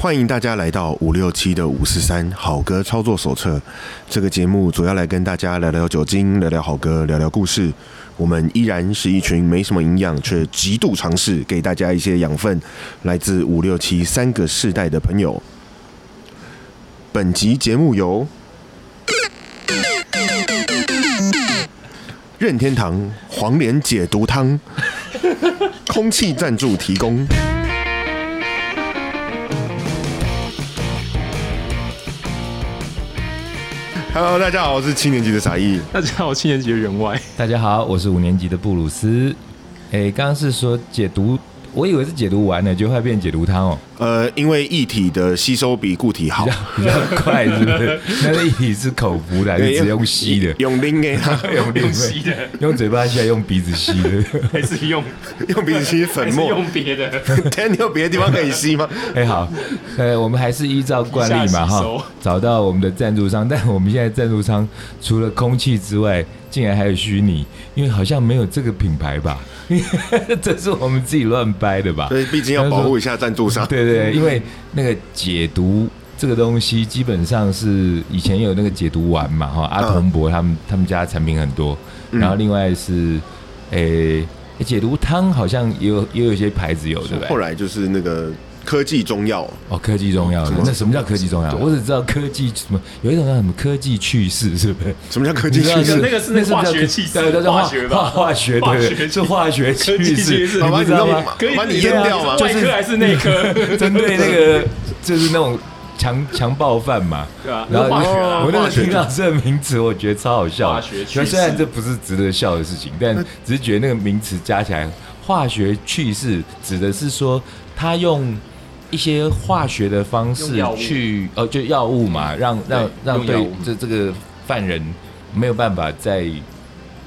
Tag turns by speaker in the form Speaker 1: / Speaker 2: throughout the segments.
Speaker 1: 欢迎大家来到五六七的五四三好歌操作手册。这个节目主要来跟大家聊聊酒精，聊聊好歌，聊聊故事。我们依然是一群没什么营养却极度尝试，给大家一些养分，来自五六七三个世代的朋友。本集节目由任天堂黄连解毒汤空气赞助提供。Hello，大家好，我是七年级的傻义。
Speaker 2: 大家好，我七年级的员外，
Speaker 3: 大家好，我是五年级的布鲁斯。诶，刚刚是说解毒，我以为是解毒完了，就会变解毒汤哦，
Speaker 1: 呃，因为液体的吸收比固体好，
Speaker 3: 比较快是不是？ 那是一体是口服的，还是直接用吸的？
Speaker 1: 用拎给它，
Speaker 3: 用
Speaker 2: 用吸的，
Speaker 3: 用嘴巴吸，还用鼻子吸的？
Speaker 2: 还是用
Speaker 1: 用鼻子吸粉
Speaker 2: 还是
Speaker 1: 末。
Speaker 2: 用别的？
Speaker 1: 天，你有别的地方可以吸吗？
Speaker 3: 哎，好，呃，我们还是依照惯例嘛，
Speaker 2: 一下吸
Speaker 3: 哈
Speaker 2: 收，
Speaker 3: 找到我们的赞助商。 但我们现在赞助商除了空气之外，竟然还有虚拟，因为好像没有这个品牌吧？ 这是我们自己乱掰的吧？
Speaker 1: 所以毕竟要保护一下赞助商。
Speaker 3: 对对，因为那个解毒这个东西，基本上是以前有那个解毒丸嘛，哈，阿
Speaker 1: 嗯
Speaker 3: 童博他们他们家的产品很多，然后另外是诶、解毒汤好像也有也有一些牌子有，对不
Speaker 1: 后
Speaker 3: 对？
Speaker 1: 来就是那个科技中药，
Speaker 3: 哦，科技中药
Speaker 1: 什么，啊
Speaker 3: 那什么叫科技中药？我只知道科技什么，有一种叫什么科技去世，是不是？
Speaker 1: 什么叫科
Speaker 3: 你
Speaker 1: 技
Speaker 3: 知道
Speaker 1: 趋
Speaker 2: 是
Speaker 1: 势？
Speaker 2: 那个那个
Speaker 3: 不
Speaker 2: 化
Speaker 3: 叫
Speaker 2: 学气势
Speaker 3: 对，那叫化
Speaker 2: 化学吧
Speaker 3: 化化学
Speaker 2: 化
Speaker 3: 对
Speaker 2: 学
Speaker 3: 对，
Speaker 2: 气
Speaker 3: 是化学 去
Speaker 2: 科技去
Speaker 3: 世，
Speaker 2: 世
Speaker 3: 你
Speaker 1: 好吧，
Speaker 3: 不
Speaker 1: 你
Speaker 3: 知道吗？
Speaker 1: 弄
Speaker 2: 可以
Speaker 1: 把你
Speaker 2: 理解
Speaker 1: 淹
Speaker 2: 啊
Speaker 1: 掉嘛
Speaker 2: 是。外科还是内科？
Speaker 3: 针对那个就是那种强强暴犯嘛，
Speaker 2: 对啊
Speaker 3: 然后
Speaker 2: 化
Speaker 3: 我
Speaker 2: 学啊
Speaker 3: 我那
Speaker 1: 化
Speaker 3: 个
Speaker 1: 学
Speaker 3: 听到这个名词，我觉得超好笑的。
Speaker 2: 化学趣
Speaker 3: 那
Speaker 2: 事
Speaker 3: 虽然这不是值得笑的事情，但
Speaker 1: 嗯
Speaker 3: 只是觉得那个名词加起来，化学趣事指的是说他用。一些化学的方
Speaker 2: 用
Speaker 3: 式
Speaker 2: 药物
Speaker 3: 去，呃，就药物嘛，让让让
Speaker 2: 用药
Speaker 3: 对
Speaker 2: 物
Speaker 3: 这这个犯人没有办法再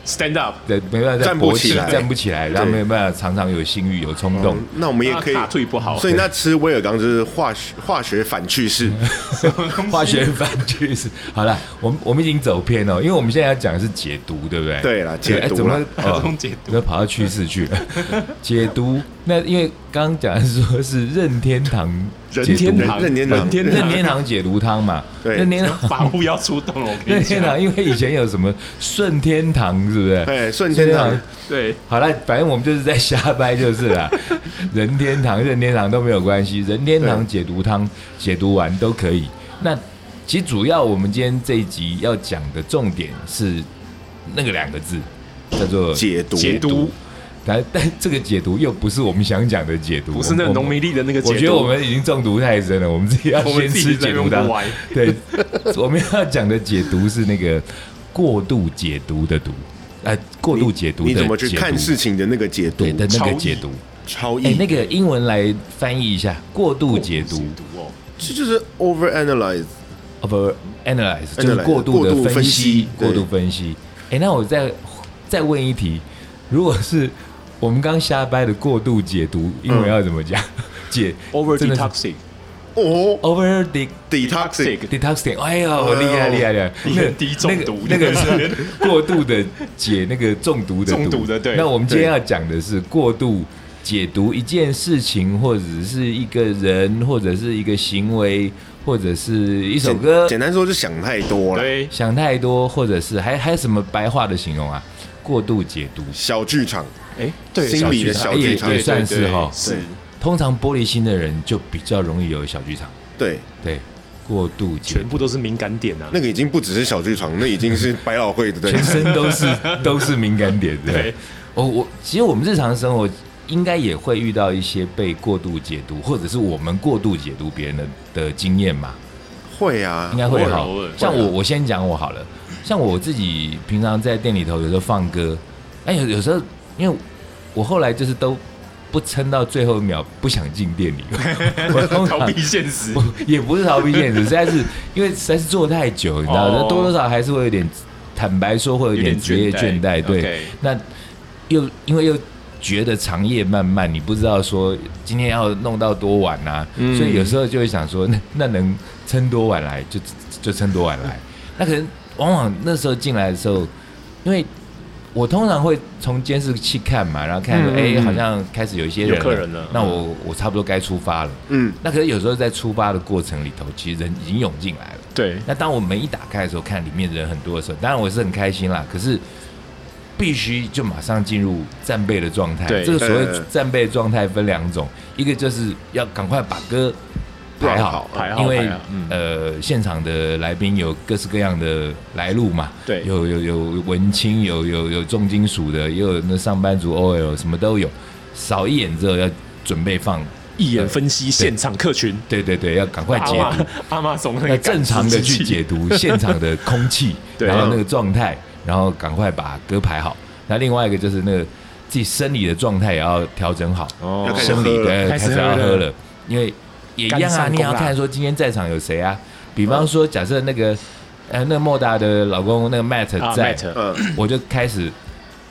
Speaker 2: Stand up，
Speaker 3: 对，没办法再
Speaker 1: 站不
Speaker 3: 勃
Speaker 1: 起来
Speaker 3: 站不起来，然后没有办法常常有性欲、有冲动
Speaker 1: 嗯，那我们也可以
Speaker 2: 大腿不好
Speaker 1: 所以那吃威尔刚就是化学化学反去世，
Speaker 3: 嗯 化学反去世。好了，我们我们已经走偏了，因为我们现在要讲的是解读，对不对？
Speaker 1: 对啦
Speaker 3: 哎
Speaker 1: 解读
Speaker 3: 怎么
Speaker 1: 啦
Speaker 3: 哦
Speaker 2: 从解读
Speaker 3: 怎么跑到趋 势去了？解读那因为刚刚讲的说是任天堂
Speaker 1: 人
Speaker 3: 解毒
Speaker 1: 人任天堂
Speaker 2: 任
Speaker 3: 任
Speaker 2: 天堂
Speaker 3: 任天堂解毒汤嘛，
Speaker 1: 对
Speaker 3: 任天 堂
Speaker 2: 法务要出动了，我跟
Speaker 3: 任
Speaker 2: 你
Speaker 3: 天堂，
Speaker 2: 讲。
Speaker 3: 因为以前有什么顺天堂，是不是？
Speaker 1: 哎顺天堂
Speaker 2: 对，
Speaker 3: 好了，反正我们就是在瞎掰就是 了。人天堂、任天堂都没有关系，人天堂解毒汤解毒丸都可以。那其实主要我们今天这一集要讲的重点是那个两个字，叫做
Speaker 1: 解毒
Speaker 2: 解毒。
Speaker 3: 但但这个解毒又不是我们想讲的解毒，
Speaker 2: 不是那个
Speaker 3: 我们
Speaker 2: 农民力的那个解
Speaker 3: 我
Speaker 2: 毒。
Speaker 3: 觉得我们已经中毒太深了，我们自己要
Speaker 2: 我们
Speaker 3: 先
Speaker 2: 自己
Speaker 3: 吃
Speaker 2: 在
Speaker 3: 解
Speaker 2: 用
Speaker 3: 毒汤
Speaker 2: 过歪。
Speaker 3: 对，我们要讲的解毒是那个过度解毒的毒，呃，过度解毒的
Speaker 1: 你怎么去
Speaker 3: 解毒
Speaker 1: 看事情的那个解读
Speaker 3: 对？的那
Speaker 2: 超
Speaker 3: 个
Speaker 2: 译
Speaker 3: 解毒。
Speaker 1: 超
Speaker 3: 哎、
Speaker 1: 意，
Speaker 3: 那个英文来翻译一下，过度解读
Speaker 2: 毒哦，
Speaker 1: 这就是 over analyze。哦
Speaker 3: over analyze 就是
Speaker 1: Analyze，
Speaker 3: 过度的
Speaker 1: 过度分
Speaker 3: 分
Speaker 1: 析
Speaker 3: 析，
Speaker 1: 对
Speaker 3: 过度分析。哎、那我再再问一题，如果是我们刚瞎掰的过度解读，英
Speaker 1: 嗯
Speaker 3: 文要怎么讲？解
Speaker 2: over
Speaker 3: 真的是
Speaker 2: detoxing
Speaker 1: 哦
Speaker 3: over de
Speaker 1: ，detoxic，
Speaker 3: detoxing，哎呦，厉害厉害厉害！
Speaker 2: 你
Speaker 3: 那
Speaker 2: 很哦低中毒
Speaker 3: 那个那
Speaker 2: 你
Speaker 3: 个是过度的解那个中毒的
Speaker 2: 中毒的对
Speaker 3: 那我们今天
Speaker 1: 对
Speaker 3: 要讲的是过度解读一件事情，或者是一个人，或者是一个行为，或者是一首歌
Speaker 1: 简。简单说就想太多了，
Speaker 2: 对，
Speaker 3: 想太多，或者是还还有什么白话的形容啊？过度解读，
Speaker 1: 小剧场，
Speaker 2: 哎，对，
Speaker 1: 心理的小剧场
Speaker 3: 哎
Speaker 2: 哎对
Speaker 3: 也也算是哈。
Speaker 2: 是
Speaker 3: 通常玻璃心的人就比较容易有小剧场，
Speaker 1: 对，
Speaker 3: 对，过度解
Speaker 2: 全
Speaker 3: 读，
Speaker 2: 部都是敏感点啊。
Speaker 1: 那个已经不只是小剧场，那已经是百老汇的对
Speaker 3: 全身 都是都是敏感点的。
Speaker 2: 对，
Speaker 3: 我我其实我们日常生活应该也会遇到一些被过度解读，或者是我们过度解读别人的的经验嘛。
Speaker 1: 会啊
Speaker 3: 应，该会
Speaker 2: 偶尔
Speaker 3: 哈
Speaker 2: 偶尔。
Speaker 3: 像
Speaker 2: 会
Speaker 3: 我，
Speaker 2: 啊
Speaker 3: 我先讲我好了。像我自己平常在店里头，有时候放歌，哎，有有时候因为我后来就是都不撑到最后一秒，不想进店 里，我通常
Speaker 2: 逃避现实
Speaker 3: 我，也不是逃避现实，实在是因为实在是坐太久，你知道，
Speaker 2: 哦
Speaker 3: 多多少少还是会有点，坦白说会有
Speaker 2: 有点
Speaker 3: 点职业倦
Speaker 2: 倦怠
Speaker 3: 怠，对
Speaker 2: OK。
Speaker 3: 那又因为又觉得长夜漫漫，你不知道说今天要弄到多晚呐、
Speaker 2: 嗯
Speaker 3: 所以有时候就会想说，那那能撑多晚来就就撑多晚来。那可能往往那时候进来的时候，因为我通常会从监视器看嘛，然后看
Speaker 2: 嗯
Speaker 3: 哎、
Speaker 2: 嗯
Speaker 3: 诶
Speaker 2: 嗯
Speaker 3: 好像开始有一些人
Speaker 2: 有客人了嗯
Speaker 3: 那我我差不多该出发了。
Speaker 1: 嗯
Speaker 3: 那可是有时候在出发的过程里头，其实人已经涌进来了。
Speaker 2: 对，
Speaker 3: 那当我门一打开的时候，看里面人很多的时候，当然我是很开心啦。可是必须就马上进入战备的状态。
Speaker 2: 对呃
Speaker 3: 这个所
Speaker 1: 对
Speaker 3: 谓战备状态分两种，一个就是要赶快把歌排好，
Speaker 2: 排好
Speaker 3: 因为
Speaker 2: 排好嗯
Speaker 3: 呃现场的来宾有各式各样的来路嘛，
Speaker 2: 对
Speaker 3: 有有有文青，有有有重金属的，也有那上班族 OL，什么都有。扫一眼之后要准备放，
Speaker 2: 一眼分析现场客群，
Speaker 3: 对对对，要赶快
Speaker 2: 阿
Speaker 3: 解读
Speaker 2: 妈。 阿妈总那
Speaker 3: 要
Speaker 2: 个
Speaker 3: 正常的去解
Speaker 2: 读，
Speaker 3: 读现场的空气，
Speaker 2: 对
Speaker 3: 然后那个状态，然后赶快把歌排好。那另外一个就是那个自己生理的状态也要调整好，
Speaker 1: 要
Speaker 2: 哦
Speaker 1: 开始
Speaker 3: 生理
Speaker 1: 喝了
Speaker 3: 对
Speaker 2: 开
Speaker 3: 开
Speaker 2: 始
Speaker 3: 始
Speaker 2: 喝
Speaker 3: 要
Speaker 2: 了
Speaker 3: 喝了，因为也一样
Speaker 2: 干
Speaker 3: 啊，
Speaker 2: 上
Speaker 3: 你也要
Speaker 2: 工啦
Speaker 3: 看说今天在场有谁啊。比方说，假设那个呃，那个莫大的老公那个 Matt
Speaker 2: 啊
Speaker 3: 在，
Speaker 2: ，Matt，
Speaker 1: 嗯，
Speaker 3: 我就开始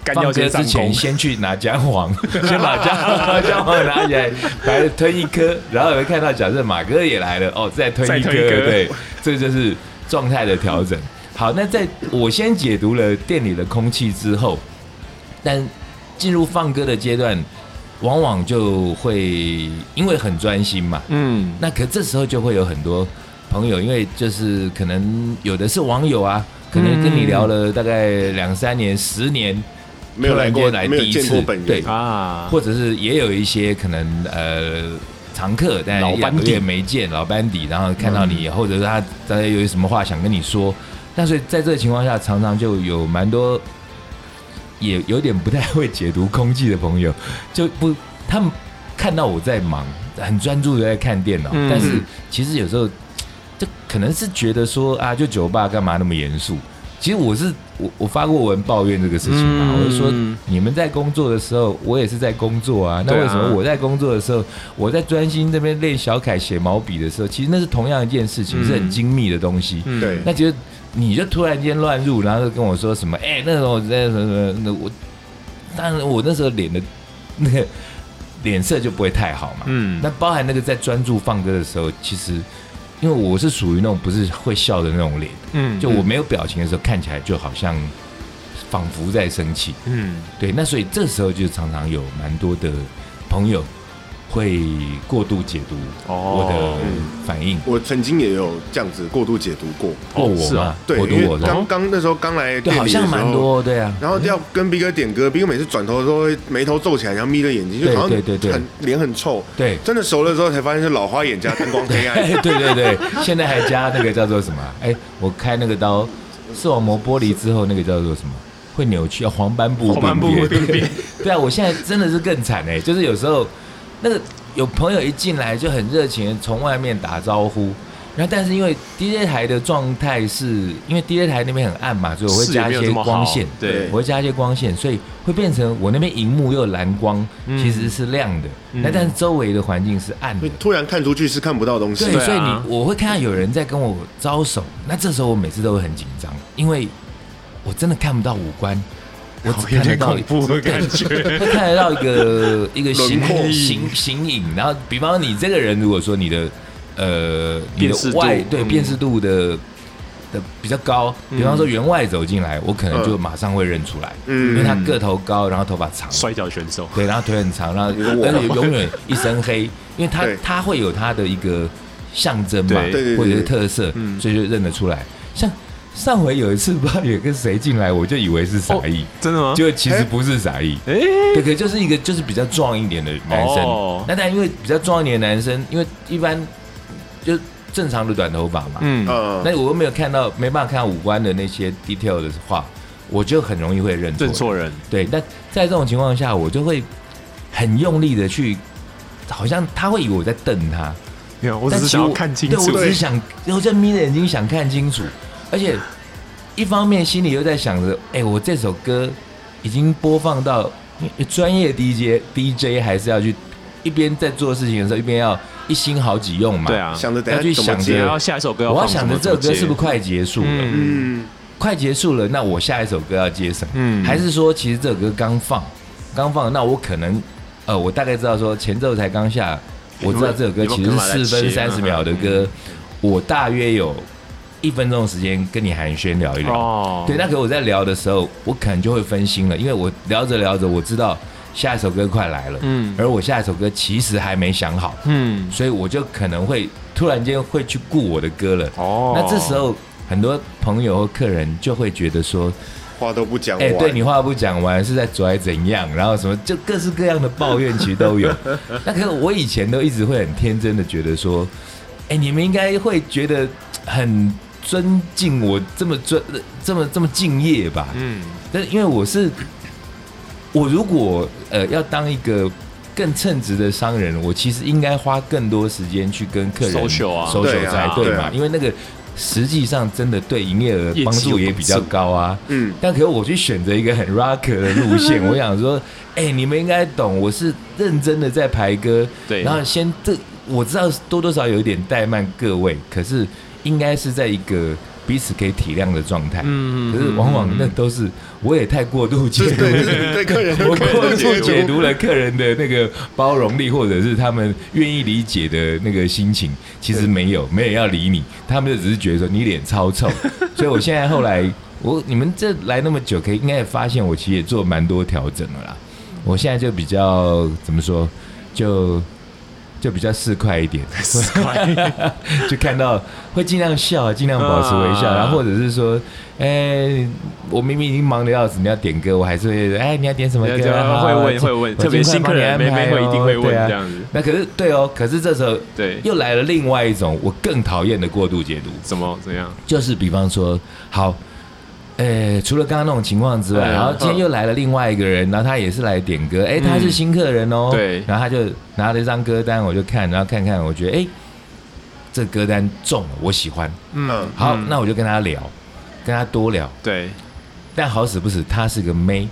Speaker 2: 干
Speaker 3: 放
Speaker 2: 掉先
Speaker 3: 歌之
Speaker 2: 上
Speaker 3: 前，
Speaker 2: 工，
Speaker 3: 先去拿姜黄，先把姜把姜黄拿起来，来吞一颗，然后有看到假设马哥也来了，哦，再吞一颗，
Speaker 2: 再吞一颗
Speaker 3: 对，这就是状态的调整。好，那在我先解读了店里的空气之后，但进入放歌的阶段，往往就会因为很专心嘛，
Speaker 2: 嗯，
Speaker 3: 那可这时候就会有很多朋友，因为就是可能有的是网友啊，可能跟你聊了大概两三年、十年，
Speaker 1: 没有
Speaker 3: 突
Speaker 1: 来
Speaker 3: 然
Speaker 1: 过，
Speaker 3: 间来
Speaker 1: 没有
Speaker 3: 第一
Speaker 1: 见
Speaker 3: 次，
Speaker 1: 过本人，
Speaker 3: 对，
Speaker 2: 啊，
Speaker 3: 或者是也有一些可能呃常客，但
Speaker 2: 老班
Speaker 3: 一两个
Speaker 2: 底嗯
Speaker 3: 月没见老班底，然后看到你，或者是他大家有什么话想跟你说，但所以在这个情况下，常常就有蛮多也有点不太会解读空气的朋友， 就不他们看到我在忙，很专注的在看电脑，
Speaker 2: 嗯
Speaker 3: 但是其实有时候就可能是觉得说啊，就酒吧干嘛那么严肃？其实我是我我发过文抱怨这个事情
Speaker 2: 嗯
Speaker 3: 嘛，我就说你们在工作的时候，我也是在工作啊，那
Speaker 2: 对啊
Speaker 3: 为什么我在工作的时候，我在专心这边练小楷写毛笔的时候，其实那是同样一件事情，
Speaker 2: 嗯
Speaker 3: 是很精密的东西。
Speaker 2: 嗯
Speaker 1: 对
Speaker 3: 那觉得你就突然间乱入，然后就跟我说什么，哎、那时候我在什么什么，那我当然我那时候脸的那个脸色就不会太好嘛。
Speaker 2: 嗯，
Speaker 3: 那包含那个在专注放歌的时候，其实因为我是属于那种不是会笑的那种脸，
Speaker 2: 嗯
Speaker 3: 就我没有表情的时候，看起来就好像仿佛在生气。
Speaker 2: 嗯，
Speaker 3: 对，那所以这时候就常常有蛮多的朋友会过度解读我
Speaker 2: 哦
Speaker 1: 嗯
Speaker 3: 的反应，
Speaker 1: 我曾经也有这样子过度解读过，
Speaker 3: 过我
Speaker 2: 是
Speaker 3: 嘛
Speaker 2: 啊，
Speaker 1: 对，
Speaker 3: 过
Speaker 1: 因
Speaker 3: 度
Speaker 1: 为
Speaker 3: 我的
Speaker 1: 刚，刚那时候刚来
Speaker 3: 对，
Speaker 1: 店
Speaker 3: 好
Speaker 1: 里的时
Speaker 3: 像蛮
Speaker 1: 候，
Speaker 3: 多，对啊，
Speaker 1: 然后要跟逼哥点歌，逼哥每次转头都会眉头皱起来，然后眯着眼睛，就好像
Speaker 3: 对对对对
Speaker 1: 很脸很臭。
Speaker 3: 对。
Speaker 1: 真的熟了之后才发现是老花眼加灯光黑 暗
Speaker 3: 哎，对对对，现在还加那个叫做什么啊？哎，我开那个刀，视网膜剥离之后，那个叫做什么？会扭曲，啊黄斑部
Speaker 2: 黄斑部
Speaker 3: 病变
Speaker 2: 病变，
Speaker 3: 对啊，我现在真的是更惨哎、就是有时候那个有朋友一进来就很热情，从外面打招呼。然后，但是因为 DJ 台的状态是，因为 DJ 台那边很暗嘛，所以我会
Speaker 2: 视野
Speaker 3: 加
Speaker 2: 没
Speaker 3: 一
Speaker 2: 有这
Speaker 3: 些
Speaker 2: 么好
Speaker 3: 光线，
Speaker 2: 对
Speaker 3: 我会加一些光线，所以会变成我那边荧幕又有蓝光，
Speaker 2: 嗯
Speaker 3: 其实是亮的，
Speaker 2: 嗯
Speaker 3: 那但是周围的环境是暗的
Speaker 1: 会，突然看出去是看不到东西
Speaker 3: 对，
Speaker 2: 对啊
Speaker 3: 所以你我会看到有人在跟我招手，那这时候我每次都会很紧张，因为我真的看不到五官，我只
Speaker 2: 有
Speaker 3: 看得
Speaker 2: 点
Speaker 3: 到
Speaker 2: 恐怖的感 觉，
Speaker 3: 会看得到一个一个
Speaker 1: 轮
Speaker 3: 形
Speaker 1: 廓
Speaker 3: 形形影，然后比方你这个人，如果说你的呃你
Speaker 2: 辨
Speaker 3: 的
Speaker 2: 识度
Speaker 3: 外对
Speaker 2: 嗯
Speaker 3: 辨识度的。的比较高，比方说
Speaker 2: 嗯
Speaker 3: 员外走进来，我可能就
Speaker 1: 嗯
Speaker 3: 马上会认出来，
Speaker 1: 嗯
Speaker 3: 因为他个头高，然后头发长，
Speaker 2: 摔跤选手，
Speaker 3: 对，然后腿很长，然后
Speaker 1: 你说我吗
Speaker 3: 而且永远一身黑，因为他
Speaker 1: 对
Speaker 3: 他会有他的一个象征嘛，
Speaker 2: 对对
Speaker 1: 对对
Speaker 3: 或者是特色，
Speaker 2: 嗯
Speaker 3: 所以就认得出来。像上回有一次，不知道有跟谁进来，我就以为是傻
Speaker 2: 哦
Speaker 3: 义，
Speaker 2: 真的吗？
Speaker 1: 啊
Speaker 3: 结果其实不是傻义，
Speaker 2: 哎，
Speaker 3: 对，可就是一个就是比较壮一点的男生。
Speaker 2: 哦
Speaker 3: 那但因为比较壮一点的男生，因为一般就正常的短头发嘛，
Speaker 2: 嗯，
Speaker 1: 嗯，
Speaker 3: 那我又没有看到没办法看到五官的那些 detail 的话，我就很容易会认错
Speaker 2: 认。错人，
Speaker 3: 对，但在这种情况下，我就会很用力的去，好像他会以为我在瞪他，
Speaker 2: 没有，我
Speaker 3: 但
Speaker 2: 只是
Speaker 3: 其实
Speaker 2: 想要看清
Speaker 3: 对
Speaker 2: 楚
Speaker 3: 我，只是想，我就眯着眼睛想看清楚，而且一方面心里又在想着，哎、我这首歌已经播放到专业 DJ DJ 还是要去一边在做事情的时候，一边要一心好几用嘛，
Speaker 2: 对，啊，
Speaker 1: 想着等
Speaker 3: 要去
Speaker 1: 下怎么
Speaker 3: 想
Speaker 2: 你
Speaker 1: 接
Speaker 3: 着，
Speaker 2: 要下一首歌要
Speaker 3: 我要
Speaker 2: 放什
Speaker 3: 想
Speaker 2: 么
Speaker 3: 着这首歌是不是？快结束了。
Speaker 2: 嗯
Speaker 1: 嗯，
Speaker 3: 快结束了，那我下一首歌要接什么？
Speaker 2: 嗯
Speaker 3: 还是说其实这首歌刚放，刚放，那我可能，呃，我大概知道说前奏才刚
Speaker 2: 嗯
Speaker 3: 下，我知道这首歌其实是四分三十秒的歌，我大约有一分钟的时间跟你寒暄聊一聊。
Speaker 2: 哦，
Speaker 3: 嗯对，那可我在聊的时候，我可能就会分心了，因为我聊着聊着，我知道下一首歌快来了，
Speaker 2: 嗯
Speaker 3: 而我下一首歌其实还没想好，
Speaker 2: 嗯，
Speaker 3: 所以我就可能会突然间会去顾我的歌了。
Speaker 2: 哦，
Speaker 3: 那这时候很多朋友或客人就会觉得说，
Speaker 1: 话都不讲
Speaker 3: 哎、
Speaker 1: 完，
Speaker 3: 对你话不讲完是在拽怎样，然后什么就各式各样的抱怨其实都有。那可是我以前都一直会很天真的觉得说，哎、你们应该会觉得很尊敬我这么尊这么这么敬业吧？
Speaker 2: 嗯，
Speaker 3: 但是因为我是我如果呃要当一个更称职的商人，我其实应该花更多时间去跟客人
Speaker 2: Social 啊
Speaker 3: social
Speaker 1: 对啊
Speaker 3: 才对
Speaker 1: 对
Speaker 3: 嘛，
Speaker 1: 啊
Speaker 3: 因为那个实际上真的对营业额帮助也比较高啊。
Speaker 1: 嗯，
Speaker 3: 但可是我去选择一个很 rock 的路线，我想说，哎、你们应该懂，我是认真的在排歌，
Speaker 2: 对
Speaker 3: 然后先这我知道多多少少有一点怠慢各位，可是应该是在一个彼此可以体谅的状态，
Speaker 2: 嗯嗯
Speaker 3: 可是往往那都是我也太过度解
Speaker 1: 对
Speaker 3: 读
Speaker 1: 对对对，客人
Speaker 3: 我
Speaker 1: 客
Speaker 3: 过
Speaker 1: 人
Speaker 3: 度解
Speaker 1: 解读
Speaker 3: 读了客人的那个包容力，或者是他们愿意理解的那个心情，其实没有，没有要理你，他们就只是觉得说你脸超 臭。所以我现在后来，我你们这来那么久，可以应该也发现我其实也做蛮多调整了啦。我现在就比较怎么说，就就比较市侩一点， 就看到会尽量笑啊，尽量保持微笑，
Speaker 2: 啊
Speaker 3: 然后或者是说，哎、我明明已经忙得要死，你要点歌，我还是会，哎、你要点什么
Speaker 2: 对
Speaker 3: 歌
Speaker 2: 对
Speaker 3: 啊？
Speaker 2: 会
Speaker 3: 好
Speaker 2: 问会问
Speaker 3: 我
Speaker 2: 特别
Speaker 3: 尽
Speaker 2: 新
Speaker 3: 快
Speaker 2: 客人
Speaker 3: 帮你安排
Speaker 2: 妹妹会
Speaker 3: 哦
Speaker 2: 一定会问
Speaker 3: 对啊
Speaker 2: 这样子
Speaker 3: 那可是对哦，可是这时候
Speaker 2: 对，
Speaker 3: 又来了另外一种我更讨厌的过度解读，
Speaker 2: 怎么怎样？
Speaker 3: 就是比方说，好，呃，除了刚刚那种情况之外，
Speaker 2: 嗯
Speaker 3: 然后今天
Speaker 2: 嗯
Speaker 3: 又来了另外一个人，然后他也是来点歌，哎，他是新客人哦，
Speaker 2: 对
Speaker 3: 然后他就拿了一张歌单，我就看，然后看看，我觉得哎，这歌单中了，我喜欢，
Speaker 1: 嗯
Speaker 3: 好，
Speaker 2: 嗯
Speaker 3: 那我就跟他聊，跟他多聊，
Speaker 2: 对，
Speaker 3: 但好死不死，他是个妹，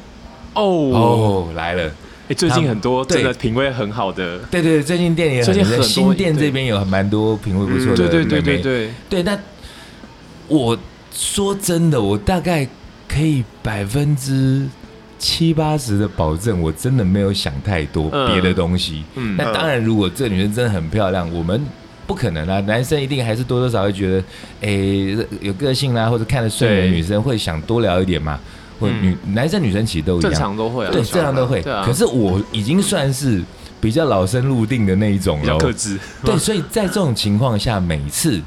Speaker 2: 哦，
Speaker 3: 哦，来了。
Speaker 2: 哎，最近很多
Speaker 3: 对
Speaker 2: 真的品味很好的，
Speaker 3: 对对，最近店里也
Speaker 2: 最近很多
Speaker 3: 新店
Speaker 2: 对嗯
Speaker 3: 这边有蛮多品味不错的
Speaker 2: 对
Speaker 3: 妹妹、
Speaker 2: 对对对对，
Speaker 3: 对，那我说真的，我大概可以百分之七八十的保证，我真的没有想太多
Speaker 2: 嗯
Speaker 3: 别的东西。
Speaker 2: 嗯
Speaker 3: 那当然，如果这女生真的很漂亮，我们。不可能啊！男生一定还是多多少少会觉得，诶、有个性啊啦、或者看得顺眼的
Speaker 2: 对
Speaker 3: 女生会想多聊一点嘛。或者女、男生女生其实都一
Speaker 2: 嗯
Speaker 3: 样，
Speaker 2: 正常都会啊，
Speaker 3: 对，这样都会。
Speaker 2: 对啊，
Speaker 3: 可是我已经算是比较老生入定的那一种
Speaker 2: 比
Speaker 3: 了
Speaker 2: 较。克制，
Speaker 3: 对，所以在这种情况下，每次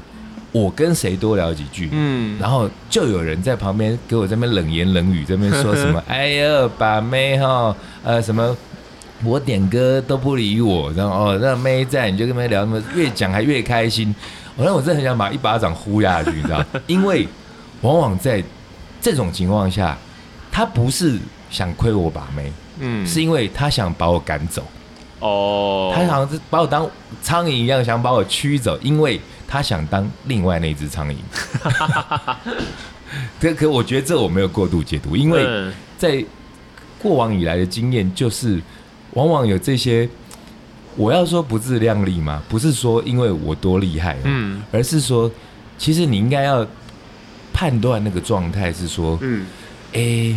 Speaker 3: 我跟谁多聊几句，
Speaker 2: 嗯，
Speaker 3: 然后就有人在旁边给我这边冷言冷语，这边 说什么“哎呦，把妹哈，呃，什么我点歌都不理我，然后哦，那妹在你就跟妹聊，什么越讲还越开心。我、让我真的很想把一巴掌呼下去，你 知道？因为往往在这种情况下，他不是想亏我把妹，
Speaker 2: 嗯
Speaker 3: 是因为他想把我赶走。
Speaker 2: 哦，
Speaker 3: 他好像是把我当苍蝇一样，想把我驱走，因为他想当另外那只苍蝇。 可可，我觉得这我没有过度解读，因为
Speaker 2: 嗯
Speaker 3: 在过往以来的经验，就是往往有这些，我要说不自量力嘛，不是说因为我多厉害，嗯，
Speaker 2: 嗯
Speaker 3: 而是说其实你应该要判断那个状态是说，
Speaker 1: 嗯
Speaker 3: 诶、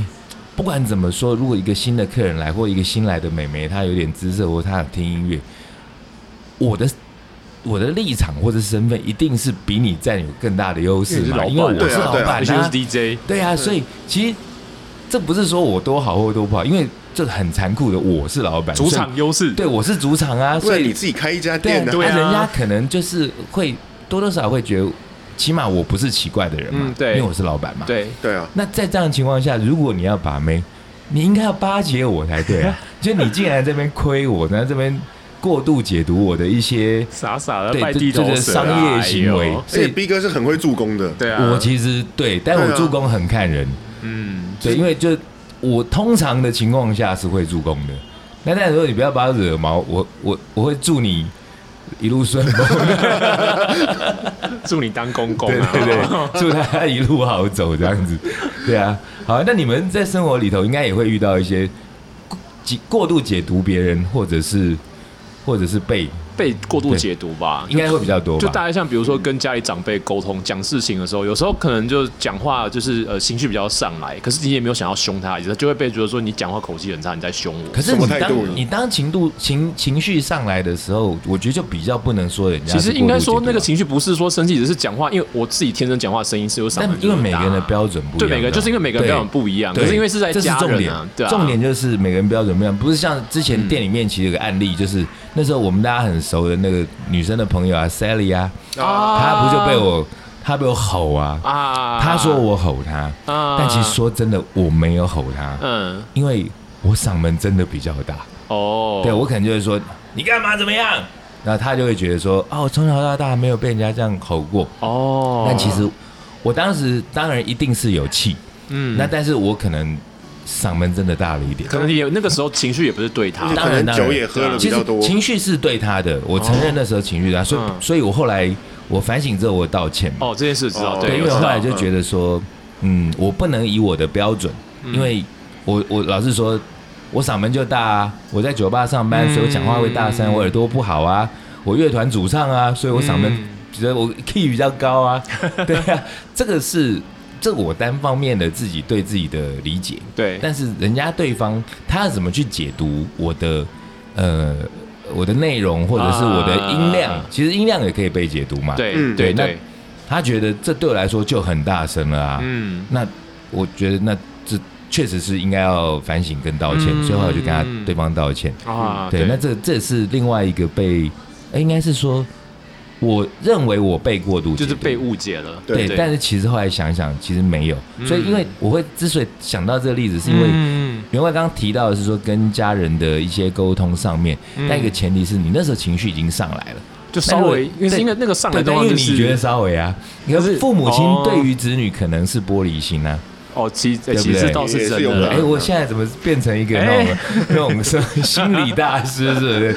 Speaker 3: 不管怎么说，如果一个新的客人来，或一个新来的美眉，她有点姿色，或她想听音乐，我的我的立场或者身份一定是比你占有更大的优势嘛，因
Speaker 2: 因为
Speaker 3: 为
Speaker 2: 你是
Speaker 1: 对啊
Speaker 2: 老板
Speaker 3: 我是老
Speaker 1: 对啊
Speaker 3: 板、
Speaker 2: 而且又是 DJ，
Speaker 3: 对啊，所以其实这不是说我多好或多不好，因为这很残酷的，我是老板，
Speaker 2: 主
Speaker 3: 所以
Speaker 2: 场优势，
Speaker 3: 对我是主场啊，
Speaker 1: 不
Speaker 3: 所
Speaker 1: 然
Speaker 3: 以
Speaker 1: 你自己开一家
Speaker 3: 对
Speaker 1: 店呢、
Speaker 2: 对啊
Speaker 3: 人家可能就是会多多少少会觉得，起码我不是奇怪的人嘛，
Speaker 2: 嗯对
Speaker 3: 因为我是老板嘛，
Speaker 2: 对，
Speaker 1: 对啊，
Speaker 3: 那在这样的情况下，如果你要把妹，你应该要巴结我才对 啊！就你竟然这边亏我，然后这边过度解读我的一些
Speaker 2: 傻傻的
Speaker 3: 对
Speaker 2: 拜呃
Speaker 3: 这
Speaker 2: 地
Speaker 3: 这
Speaker 2: 头
Speaker 3: 个
Speaker 2: 蛇，
Speaker 3: 商业行为
Speaker 2: 哎呦
Speaker 1: 而且 B 哥是很会助攻的，
Speaker 2: 对啊，
Speaker 3: 我其实对，但
Speaker 1: 对
Speaker 3: 我
Speaker 1: 啊
Speaker 3: 助攻很看人，
Speaker 2: 嗯，
Speaker 3: 对，因为就我通常的情况下是会助攻的。那但如果你不要把我惹毛，我我我会祝你一路顺风，
Speaker 2: 祝你当公公
Speaker 3: 对
Speaker 2: 啊，
Speaker 3: 对对，祝他一路好走这 样子，对啊。好，那你们在生活里头应该也会遇到一些过过度解读别人，或者是或者是被
Speaker 2: 被过度解读吧，
Speaker 3: 应该会比较多吧
Speaker 2: 就大家像比如说跟家里长辈沟通讲事情的时候，有时候可能就讲话就是呃情绪比较上来，可是你也没有想要凶他，也是就会被觉得说你讲话口气很差，你在凶我。
Speaker 3: 可是
Speaker 1: 什么
Speaker 3: 你
Speaker 1: 态度呢
Speaker 3: 当你当情度情情绪上来的时候，我觉得就比较不能说人家
Speaker 2: 其
Speaker 3: 是过度解读啊。
Speaker 2: 实应该说那个情绪不是说生气，只是讲话，因为我自己天生讲话声音是有嗓
Speaker 3: 但
Speaker 2: 门，
Speaker 3: 因为每个人的标准不一样，
Speaker 2: 对每个人就是因为每个人标准不一样，
Speaker 3: 对
Speaker 2: 啊可是因为是在
Speaker 3: 这是
Speaker 2: 家
Speaker 3: 重
Speaker 2: 人
Speaker 3: 点
Speaker 2: 啊，对啊，
Speaker 3: 重点就是每个人标准不一样，不是像之前店里面其实有个案例，
Speaker 2: 嗯
Speaker 3: 就是那时候我们大家很熟的那个女生的朋友啊，Sally 啊，
Speaker 2: 啊
Speaker 3: 她不就被我她被我吼啊，
Speaker 2: 啊，
Speaker 3: 她说我吼她，
Speaker 2: 啊
Speaker 3: 但其实说真的我没有吼她，
Speaker 2: 嗯
Speaker 3: 因为我嗓门真的比较大，
Speaker 2: 哦，
Speaker 3: 对我可能就会说你干嘛怎么样，然后她就会觉得说哦，我从小到大没有被人家这样吼过，
Speaker 2: 哦，
Speaker 3: 但其实我当时当然一定是有气。
Speaker 2: 嗯
Speaker 3: 那但是我可能嗓门真的大了一点
Speaker 2: 可。能也那个时候情绪也不是对
Speaker 1: 而
Speaker 2: 他
Speaker 1: 且，
Speaker 3: 当
Speaker 1: 可
Speaker 3: 然
Speaker 1: 能酒也喝了比
Speaker 3: 其
Speaker 1: 较
Speaker 3: 实
Speaker 1: 多，
Speaker 3: 情绪是对他的，我承认那时候情绪大，所
Speaker 2: 嗯
Speaker 3: 以所以我后来我反省之后我道歉嘛，
Speaker 2: 哦，这件事知道，
Speaker 1: 哦
Speaker 2: 对，
Speaker 3: 因
Speaker 2: 我
Speaker 3: 为
Speaker 2: 知
Speaker 3: 后
Speaker 2: 道
Speaker 3: 来就觉得说，嗯，我不能以我的标准，
Speaker 2: 嗯
Speaker 3: 因为我我老是说，我嗓门就大啊，我在酒吧上班，
Speaker 2: 嗯
Speaker 3: 所以我讲话会大声，我耳朵不好啊，我乐团主唱啊，所以我嗓门
Speaker 2: 嗯
Speaker 3: 觉得我 key 比较高啊， 对啊，这个是这我单方面的自己对自己的理解，
Speaker 2: 对，
Speaker 3: 但是人家对方他要怎么去解读我的呃我的内容或者是我的音量，
Speaker 2: 啊
Speaker 3: 其实音量也可以被解读嘛。，
Speaker 2: 对
Speaker 1: 嗯
Speaker 2: 对
Speaker 3: 对那
Speaker 2: 对，
Speaker 3: 他觉得这对我来说就很大声了啊。
Speaker 2: 嗯，
Speaker 3: 那我觉得那这确实是应该要反省跟道歉，
Speaker 2: 嗯
Speaker 3: 所以后来我就跟他对方道歉。
Speaker 2: 啊，
Speaker 3: 嗯对，那这这是另外一个被，哎应该是说我认为我被过度解
Speaker 2: 就
Speaker 3: 读
Speaker 2: 是被误解了，
Speaker 1: 对
Speaker 3: 对，但是其实后来想一想，其实没有。所以因为我会之所以想到这个例子，是因为。
Speaker 2: 嗯
Speaker 3: 员外刚刚提到的是说跟家人的一些沟通上面，
Speaker 2: 嗯
Speaker 3: 但一个前提是你那时候情绪已经上来了，
Speaker 2: 就稍微，因为是因为那个上来
Speaker 3: 对，
Speaker 2: 的
Speaker 3: 但
Speaker 2: 话
Speaker 3: 因为
Speaker 2: 就
Speaker 3: 你觉得
Speaker 2: 是
Speaker 3: 稍微啊，可
Speaker 2: 是
Speaker 3: 是父母亲
Speaker 2: 哦
Speaker 3: 对于子女可能是玻璃心啊。
Speaker 2: 哦，其
Speaker 3: 对
Speaker 2: 实其
Speaker 3: 不对
Speaker 2: 实倒
Speaker 1: 也
Speaker 2: 是
Speaker 1: 是
Speaker 2: 真
Speaker 1: 有
Speaker 2: 的
Speaker 1: 可
Speaker 3: 哎，
Speaker 1: 能
Speaker 2: 啦，
Speaker 3: 我现在怎么变成一个
Speaker 2: 哎
Speaker 3: 那种 那种什么心理大师是不是？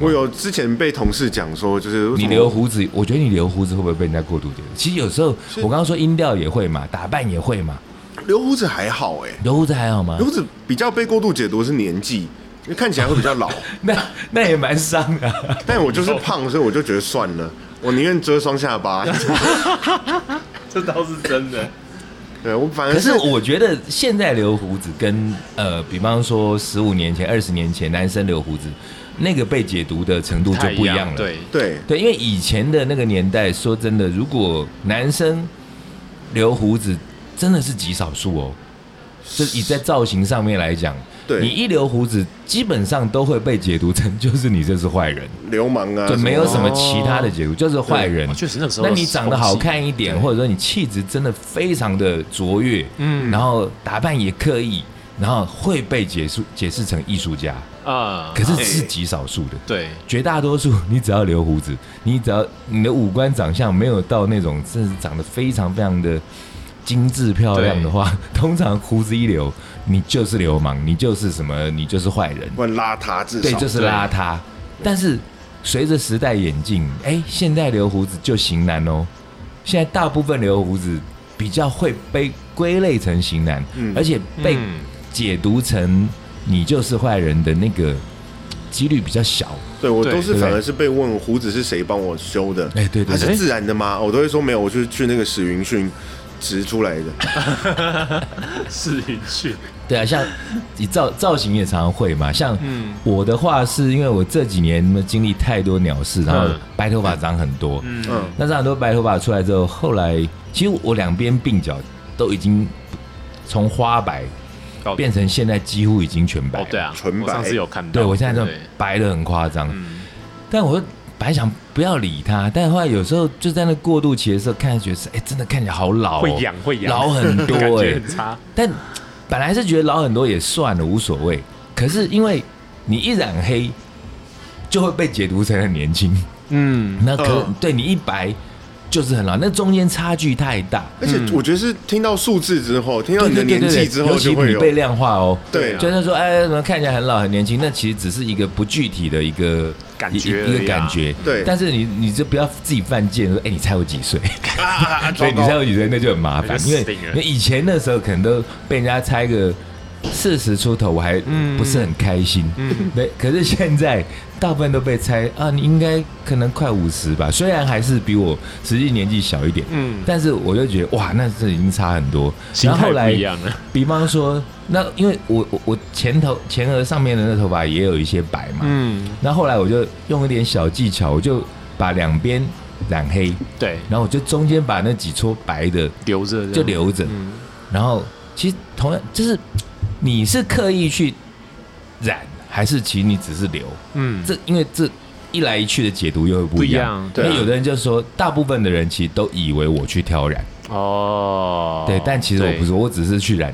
Speaker 1: 我有之前被同事讲说，就是为什
Speaker 3: 你
Speaker 1: 么
Speaker 3: 留胡子，我觉得你留胡子会不会被人家过度解读？其实有时候我刚刚说音调也会嘛，打扮也会嘛，
Speaker 1: 留胡子还好哎、
Speaker 3: 留胡子还好吗
Speaker 1: 留？胡子比较被过度解读是年纪，因为看起来会比较 老。
Speaker 3: 那那也蛮伤的啊、
Speaker 1: 但我就是胖，所以我就觉得算了，我宁愿遮双下 巴。
Speaker 2: 这倒是真的，
Speaker 1: 对我反而
Speaker 3: 可是
Speaker 1: 是
Speaker 3: 我觉得现在留胡子跟呃，比方说十五年前、二十年前男生留胡子，那个被解读的程度就
Speaker 2: 太
Speaker 3: 不一样
Speaker 2: 样
Speaker 3: 了。
Speaker 2: 对，
Speaker 1: 对
Speaker 3: 对，因为以前的那个年代，说真的，如果男生留胡子，真的是极少数哦。就以在造型上面来讲，
Speaker 1: 对
Speaker 3: 你一留胡子，基本上都会被解读成 就是你这是坏人，
Speaker 1: 流氓啊，
Speaker 3: 就没有
Speaker 1: 什
Speaker 3: 什
Speaker 1: 么
Speaker 3: 么其他的解读，就是坏人
Speaker 2: 呃哦。确实那个时候
Speaker 3: 那你长得好看一
Speaker 2: 风
Speaker 3: 点，
Speaker 2: 气
Speaker 3: 或者说你气质真的非常的卓越，
Speaker 2: 嗯
Speaker 3: 嗯，然后打扮也刻意，然后会被解释解释成艺术家，
Speaker 2: 啊，
Speaker 3: 可是
Speaker 1: 哎
Speaker 3: 是极少数的，
Speaker 2: 对，
Speaker 3: 绝大多数你只要留胡子，你只要你的五官长相没有到那种甚至长得非常非常的精致漂亮的话， 通常胡子一留，你就是流氓，你就是什么，你就是坏人，
Speaker 1: 不然邋遢至
Speaker 3: 对，
Speaker 1: 少
Speaker 3: 就是邋遢。但是随着时代演进，哎，现在留胡子就型男哦。现在大部分留胡子比较会被归类成型男，
Speaker 1: 嗯
Speaker 3: 而且被
Speaker 2: 嗯
Speaker 3: 解读成你就是坏人的那个几率比较小。
Speaker 1: 对我都是
Speaker 3: 对
Speaker 1: 反而是被问胡子是谁帮我修的，
Speaker 3: 哎对对对
Speaker 1: 他是自然的吗？我都会说没有，我去去那个史云逊植出 来的。
Speaker 2: 是一句，
Speaker 3: 对 啊，像你造造型也常常会嘛。像
Speaker 2: 嗯
Speaker 3: 我的话，是因为我这几年经历太多鸟事，然后
Speaker 2: 嗯
Speaker 3: 白头发长很多，
Speaker 1: 嗯
Speaker 2: 嗯，
Speaker 3: 那这很多白头发出来之后，后来其实我两边鬓角都已经从花白
Speaker 2: 搞
Speaker 3: 变成现在几乎已经全白
Speaker 2: 哦
Speaker 3: 了。，
Speaker 2: 对啊，
Speaker 1: 纯白
Speaker 2: 我上次有看到，
Speaker 3: 对我现在这
Speaker 2: 对
Speaker 3: 白的很夸张。
Speaker 2: 嗯
Speaker 3: 但我本来想不要理他，但后来有时候就在那过渡期的时候，看着觉得是哎、真的看起来好老、哦，
Speaker 2: 会痒会痒，
Speaker 3: 老很 多
Speaker 2: 感
Speaker 3: 哎、
Speaker 2: 觉很差，
Speaker 3: 但本来是觉得老很多也算了，无所谓。可是因为你一染黑，就会被解读成很年轻。
Speaker 2: 嗯，
Speaker 3: 那可、
Speaker 1: 嗯
Speaker 3: 对你一白就是很老，那中间差距太大。
Speaker 1: 而且我觉得是听到数字之后，听到你的
Speaker 3: 对嗯对
Speaker 1: 嗯年
Speaker 3: 对对
Speaker 1: 纪
Speaker 3: 对
Speaker 1: 之后
Speaker 3: 尤其
Speaker 1: 就会
Speaker 3: 你
Speaker 1: 有
Speaker 3: 被量化哦。
Speaker 1: 对啊
Speaker 3: 就是说，哎，怎么看起来很老很年轻？那其实只是一个不具体的一个
Speaker 2: 感觉
Speaker 3: 一一
Speaker 2: 而
Speaker 3: 个
Speaker 2: 已啊
Speaker 3: 感觉。
Speaker 1: 对
Speaker 3: 但是你你就不要自己犯贱，说，哎，你猜我几岁？
Speaker 1: 啊啊啊！
Speaker 3: 所以你
Speaker 1: 糟
Speaker 3: 猜
Speaker 1: 糕
Speaker 3: 我几岁，那就很麻
Speaker 2: 那
Speaker 3: 烦
Speaker 2: 就，
Speaker 3: 因为
Speaker 2: 死定了
Speaker 3: 你以前那时候可能都被人家猜个四十出头，我还
Speaker 2: 嗯
Speaker 3: 不是很开心。对，可是现在大部分都被猜啊，你应该可能快五十吧，虽然还是比我实际年纪小一点，
Speaker 2: 嗯，
Speaker 3: 但是我就觉得哇，那这已经差很多。
Speaker 2: 心
Speaker 3: 然后
Speaker 2: 态
Speaker 3: 后
Speaker 2: 不
Speaker 3: 来
Speaker 2: 一，样 了。
Speaker 3: 比方说，那因为我我我前头前额上面的那头发也有一些白嘛，
Speaker 2: 嗯，
Speaker 3: 那后来我就用一点小技巧，我就把两边染黑，
Speaker 2: 对，
Speaker 3: 然后我就中间把那几撮白的
Speaker 2: 留着这样
Speaker 3: 就留着，
Speaker 2: 嗯，
Speaker 3: 然后其实同样就是你是刻意去染，还是其实你只是留？
Speaker 2: 嗯，
Speaker 3: 这因为这一来一去的解读又会不
Speaker 2: 不
Speaker 3: 一
Speaker 2: 一
Speaker 3: 样。
Speaker 2: 样，
Speaker 3: 那
Speaker 2: 对啊，
Speaker 3: 有的人就说，大部分的人其实都以为我去挑染，
Speaker 2: 哦，
Speaker 3: 对，但其实我不是，
Speaker 2: 对，
Speaker 3: 我只是去染，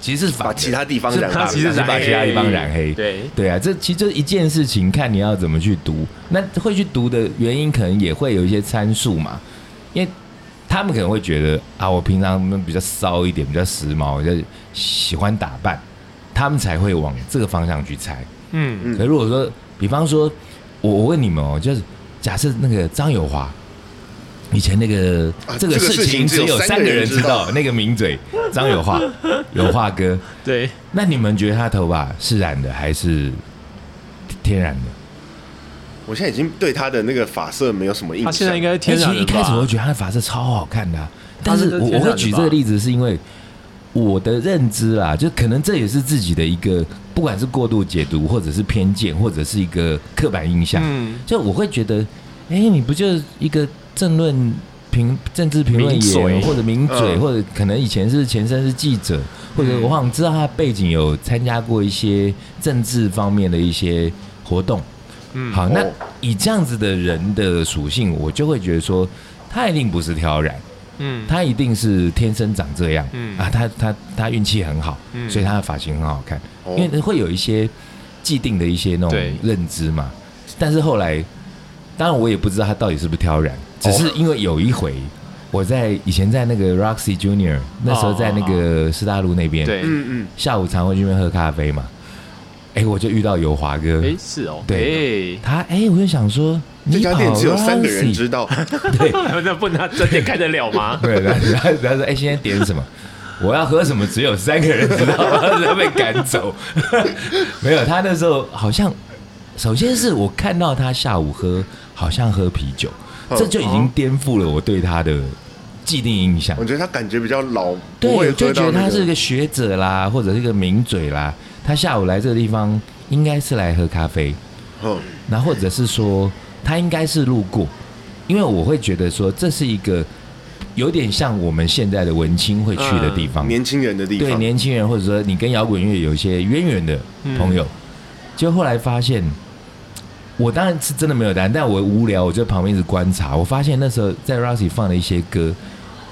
Speaker 3: 其实是
Speaker 1: 把
Speaker 3: 反
Speaker 1: 其他地方染
Speaker 3: 是
Speaker 2: 他
Speaker 1: 吧哎
Speaker 2: 其实哎
Speaker 3: 是把其他地方染黑
Speaker 2: 对，
Speaker 3: 对啊，这其实就是一件事情，看你要怎么去读。那会去读的原因，可能也会有一些参数嘛，因为他们可能会觉得啊，我平常比较骚一点，比较时髦，比较喜欢打扮，他们才会往这个方向去猜。
Speaker 2: 嗯，
Speaker 1: 嗯
Speaker 3: 可如果说，比方说，我我问你们哦，就是假设那个张友华。以前那个、
Speaker 1: 啊
Speaker 3: 这个
Speaker 1: 这个
Speaker 3: 事
Speaker 1: 事
Speaker 3: 情
Speaker 1: 情
Speaker 3: 只
Speaker 1: 只
Speaker 3: 有
Speaker 1: 有
Speaker 3: 三
Speaker 1: 三
Speaker 3: 个
Speaker 1: 个
Speaker 3: 人
Speaker 1: 人
Speaker 3: 知
Speaker 1: 知
Speaker 3: 道
Speaker 1: 道，
Speaker 3: 那个名嘴张友华，友华哥，
Speaker 2: 对，
Speaker 3: 那你们觉得他的头发是染的还是天然的？
Speaker 1: 我现在已经对他的那个发色没有什么印象。嗯
Speaker 2: 他现在应该是天然
Speaker 3: 哎
Speaker 2: 的
Speaker 3: 其实一
Speaker 2: 吧
Speaker 3: 开始我觉得他的发色超好看的啊、但
Speaker 2: 他
Speaker 3: 是
Speaker 2: 是
Speaker 3: 我
Speaker 2: 天然
Speaker 3: 我
Speaker 2: 的吧
Speaker 3: 会举这个例子是因为我的认知啊，就可能这也是自己的一个，不管是过度解读，或者是偏见，或者是一个刻板印象，
Speaker 2: 嗯，
Speaker 3: 就我会觉得，哎、你不就是一个政论评政治评论
Speaker 2: 名嘴
Speaker 3: 员，或者名嘴，
Speaker 1: 嗯
Speaker 3: 或者可能以前是前身是记者，或
Speaker 2: 嗯
Speaker 3: 者我好像知道他背景有参加过一些政治方面的一些活动。
Speaker 2: 嗯
Speaker 3: 好，那
Speaker 1: 哦
Speaker 3: 以这样子的人的属性，我就会觉得说，他一定不是挑染，
Speaker 2: 嗯，
Speaker 3: 他一定是天生长这样，
Speaker 2: 嗯
Speaker 3: 啊，他他他运气很好，
Speaker 2: 嗯
Speaker 3: 所以他的发型很好看，
Speaker 1: 哦
Speaker 3: 因为会有一些既定的一些那种
Speaker 2: 对
Speaker 3: 认知嘛。但是后来，当然我也不知道他到底是不是挑染，
Speaker 2: 哦
Speaker 3: 只是因为有一回我在以前在那个 Roxy Junior 那时候在那个师大路那边，
Speaker 2: 哦对，
Speaker 1: 嗯嗯，
Speaker 3: 下午常会去那边喝咖啡嘛，哎、我就遇到有华哥，
Speaker 2: 哎，是哦，
Speaker 3: 对
Speaker 2: 哎，
Speaker 3: 他哎、我就想说，
Speaker 1: 这
Speaker 3: 嗯你
Speaker 1: 家
Speaker 3: 跑
Speaker 1: 店只有三个人
Speaker 3: Roxy
Speaker 1: 知道。
Speaker 3: 对。
Speaker 2: 那不能这店开得了吗？
Speaker 3: 对，然后然后然后说：“哎、现在点什么？我要喝什么？只有三个人知道， 然后就被赶走。没有，他那时候好像，首先是我看到他下午喝，好像喝啤酒，
Speaker 1: 嗯
Speaker 3: 这就已经颠覆了我对他的既定印象
Speaker 1: 我。觉得他感觉比较老，不会
Speaker 3: 对，
Speaker 1: 喝
Speaker 3: 就觉
Speaker 1: 到
Speaker 3: 得
Speaker 1: 那
Speaker 3: 他是一个学者啦，或者是一个名嘴啦。他下午来这个地方，应该是来喝咖啡。
Speaker 1: 嗯
Speaker 3: 那或者是说他应该是路过，因为我会觉得说这是一个有点像我们现在的文青会去的地方，
Speaker 1: 嗯年轻人的地
Speaker 3: 对
Speaker 1: 方。
Speaker 3: 年轻人或者说你跟摇滚乐有一些渊源的朋友，就后来发现。我当然是真的没有答案，但我无聊，我就在旁边一直观察。我发现那时候在 Roxy 放的一些歌，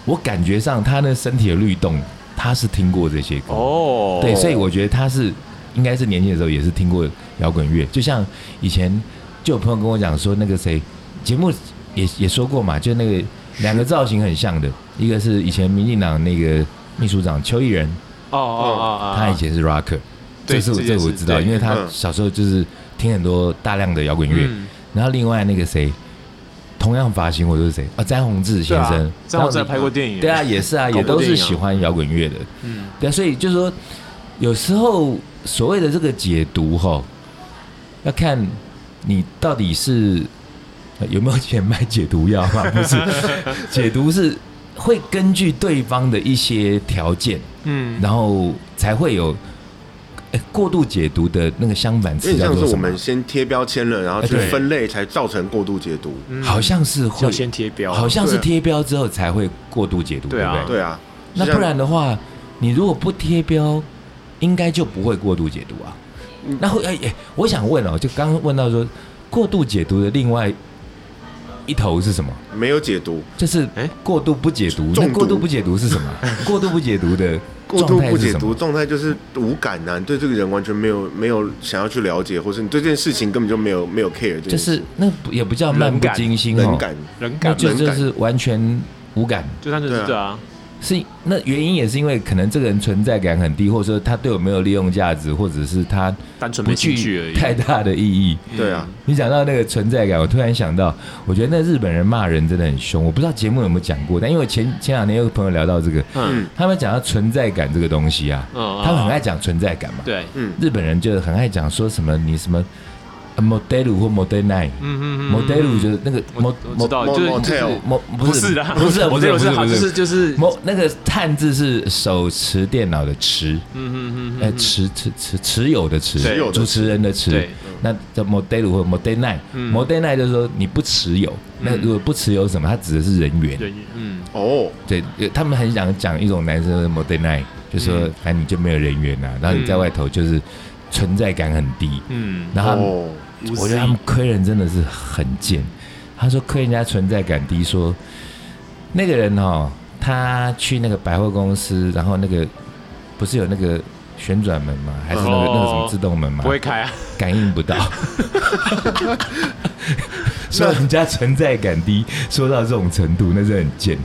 Speaker 3: 我感觉上他那身体的律动，他是听过这些歌。
Speaker 2: 哦，
Speaker 3: 对，所以我觉得他是应该是年轻的时候也是听过摇滚乐，就像以前就有朋友跟我讲说，那个谁节目也也说过嘛，就那个两个造型很像的，一个是以前民进党那个秘书长邱毅人，
Speaker 2: 哦哦哦哦，
Speaker 3: 他以前是 rocker，
Speaker 2: 对
Speaker 3: 这是我
Speaker 2: 这件
Speaker 3: 这
Speaker 2: 事
Speaker 3: 我知道，
Speaker 2: 对
Speaker 3: 因为他
Speaker 1: 嗯
Speaker 3: 小时候就是听很多大量的摇滚乐，
Speaker 2: 嗯
Speaker 3: 然后另外那个谁。同样发型，我就是谁啊？詹宏志先
Speaker 2: 对
Speaker 3: 生
Speaker 2: 啊，詹宏志还
Speaker 3: 然后
Speaker 2: 拍过电影
Speaker 3: 对啊，也是啊，
Speaker 2: 搞过
Speaker 3: 也都
Speaker 2: 电
Speaker 3: 是
Speaker 2: 影啊
Speaker 3: 喜欢摇滚乐的。
Speaker 2: 嗯
Speaker 3: 对啊，所以就是说，有时候所谓的这个解读哈，要看你到底是呃有没有钱买解毒药嘛？不 是，解读是会根据对方的一些条件，
Speaker 2: 嗯，
Speaker 3: 然后才会有、哎过度解读的那个相反
Speaker 1: 有
Speaker 3: 词
Speaker 1: 点
Speaker 3: 叫
Speaker 1: 像是
Speaker 3: 做
Speaker 1: 我
Speaker 3: 什么
Speaker 1: 们？先贴标签了，然后去
Speaker 3: 哎对
Speaker 1: 分类，才造成过度解读。
Speaker 2: 嗯
Speaker 3: 好像是会
Speaker 2: 要，先贴标，
Speaker 3: 好像是
Speaker 1: 对啊
Speaker 3: 贴标之后才会过度解读，
Speaker 2: 对
Speaker 3: 对
Speaker 2: 啊
Speaker 3: 不对？
Speaker 1: 对啊，
Speaker 3: 那
Speaker 1: 就像
Speaker 3: 不然的话，你如果不贴标，应该就不会过度解读啊
Speaker 1: 嗯。
Speaker 3: 那会哎哎，我想问哦，就刚刚问到说，过度解读的另外一头是什么？
Speaker 1: 没有解读，
Speaker 3: 就是
Speaker 2: 哎
Speaker 3: 过度不解读。
Speaker 1: 中
Speaker 3: 那
Speaker 1: 毒
Speaker 3: 过度不解读是什 么？过度不解读的
Speaker 1: 过
Speaker 3: 状
Speaker 1: 度
Speaker 3: 态
Speaker 1: 不
Speaker 3: 是
Speaker 1: 解
Speaker 3: 什
Speaker 1: 读
Speaker 3: 么？
Speaker 1: 状态就是无感呐、你对这个人完全没有没有想要去了解，或是你对这件事情根本就没有没有 care，这件
Speaker 3: 就
Speaker 1: 事
Speaker 3: 是那不也不叫漫
Speaker 2: 冷
Speaker 3: 不
Speaker 2: 感
Speaker 3: 经心哦
Speaker 1: 冷，感。
Speaker 2: 人
Speaker 3: 那
Speaker 2: 感
Speaker 3: 就
Speaker 1: 冷
Speaker 3: 就
Speaker 1: 感
Speaker 3: 是完全无感。
Speaker 2: 就算就是对啊，
Speaker 3: 是那原因也是因为可能这个人存在感很低，或者说他对我没有利用价值，或者是他
Speaker 2: 单纯
Speaker 3: 不
Speaker 2: 没兴趣而
Speaker 3: 具
Speaker 2: 已。
Speaker 3: 太大的意义。
Speaker 2: 嗯
Speaker 1: 对啊，
Speaker 3: 你讲到那个存在感，我突然想到，我觉得那日本人骂人真的很凶。我不知道节目有没有讲过，但因为前前两天有个朋友聊到这个，
Speaker 2: 嗯
Speaker 1: 嗯
Speaker 3: 他们讲到存在感这个东西啊，
Speaker 2: 嗯，
Speaker 3: 他们很爱讲存在感嘛。
Speaker 2: 对，
Speaker 1: 嗯，
Speaker 3: 日本人就很爱讲说什么你什么 model 或 model nine。
Speaker 2: 嗯嗯嗯
Speaker 3: model 就是那个
Speaker 2: 我
Speaker 3: mo
Speaker 2: 我知道，就是
Speaker 1: 就是 motel
Speaker 3: 模
Speaker 2: 不
Speaker 3: 不
Speaker 2: 是
Speaker 3: 是
Speaker 2: 的，
Speaker 3: 不是不是
Speaker 2: 我
Speaker 3: 不
Speaker 2: 是
Speaker 3: 是
Speaker 2: 好，
Speaker 3: 不
Speaker 2: 就是就是，
Speaker 3: 模那个探字是手持电脑的持，
Speaker 2: 嗯嗯嗯
Speaker 3: 呃
Speaker 2: 嗯，
Speaker 3: 持持持持有的持，
Speaker 2: 对持有
Speaker 1: 的持
Speaker 3: 主持人的持
Speaker 2: 对。嗯
Speaker 3: 那叫 model 或 model nine，model nine 就是说你不持有。那如果不持有什么，它指的是人员。
Speaker 2: 对，嗯，
Speaker 1: 哦，
Speaker 3: 对，呃他们很想讲一种男生的 model nine，就说
Speaker 2: 嗯
Speaker 3: 反正你就没有人缘呐、然后你在外头就是存在感很低。
Speaker 2: 嗯，
Speaker 3: 然后他们
Speaker 1: 哦，
Speaker 3: 我觉得他们亏人真的是很贱。他说亏人家存在感低，说那个人哦，他去那个百货公司，然后那个不是有那个旋转门吗？还是那个、
Speaker 2: 哦
Speaker 3: 那个什么自动门吗
Speaker 2: 不？会开啊，
Speaker 3: 感应不 到。说人家存在感低，说到这种程度，那是很贱。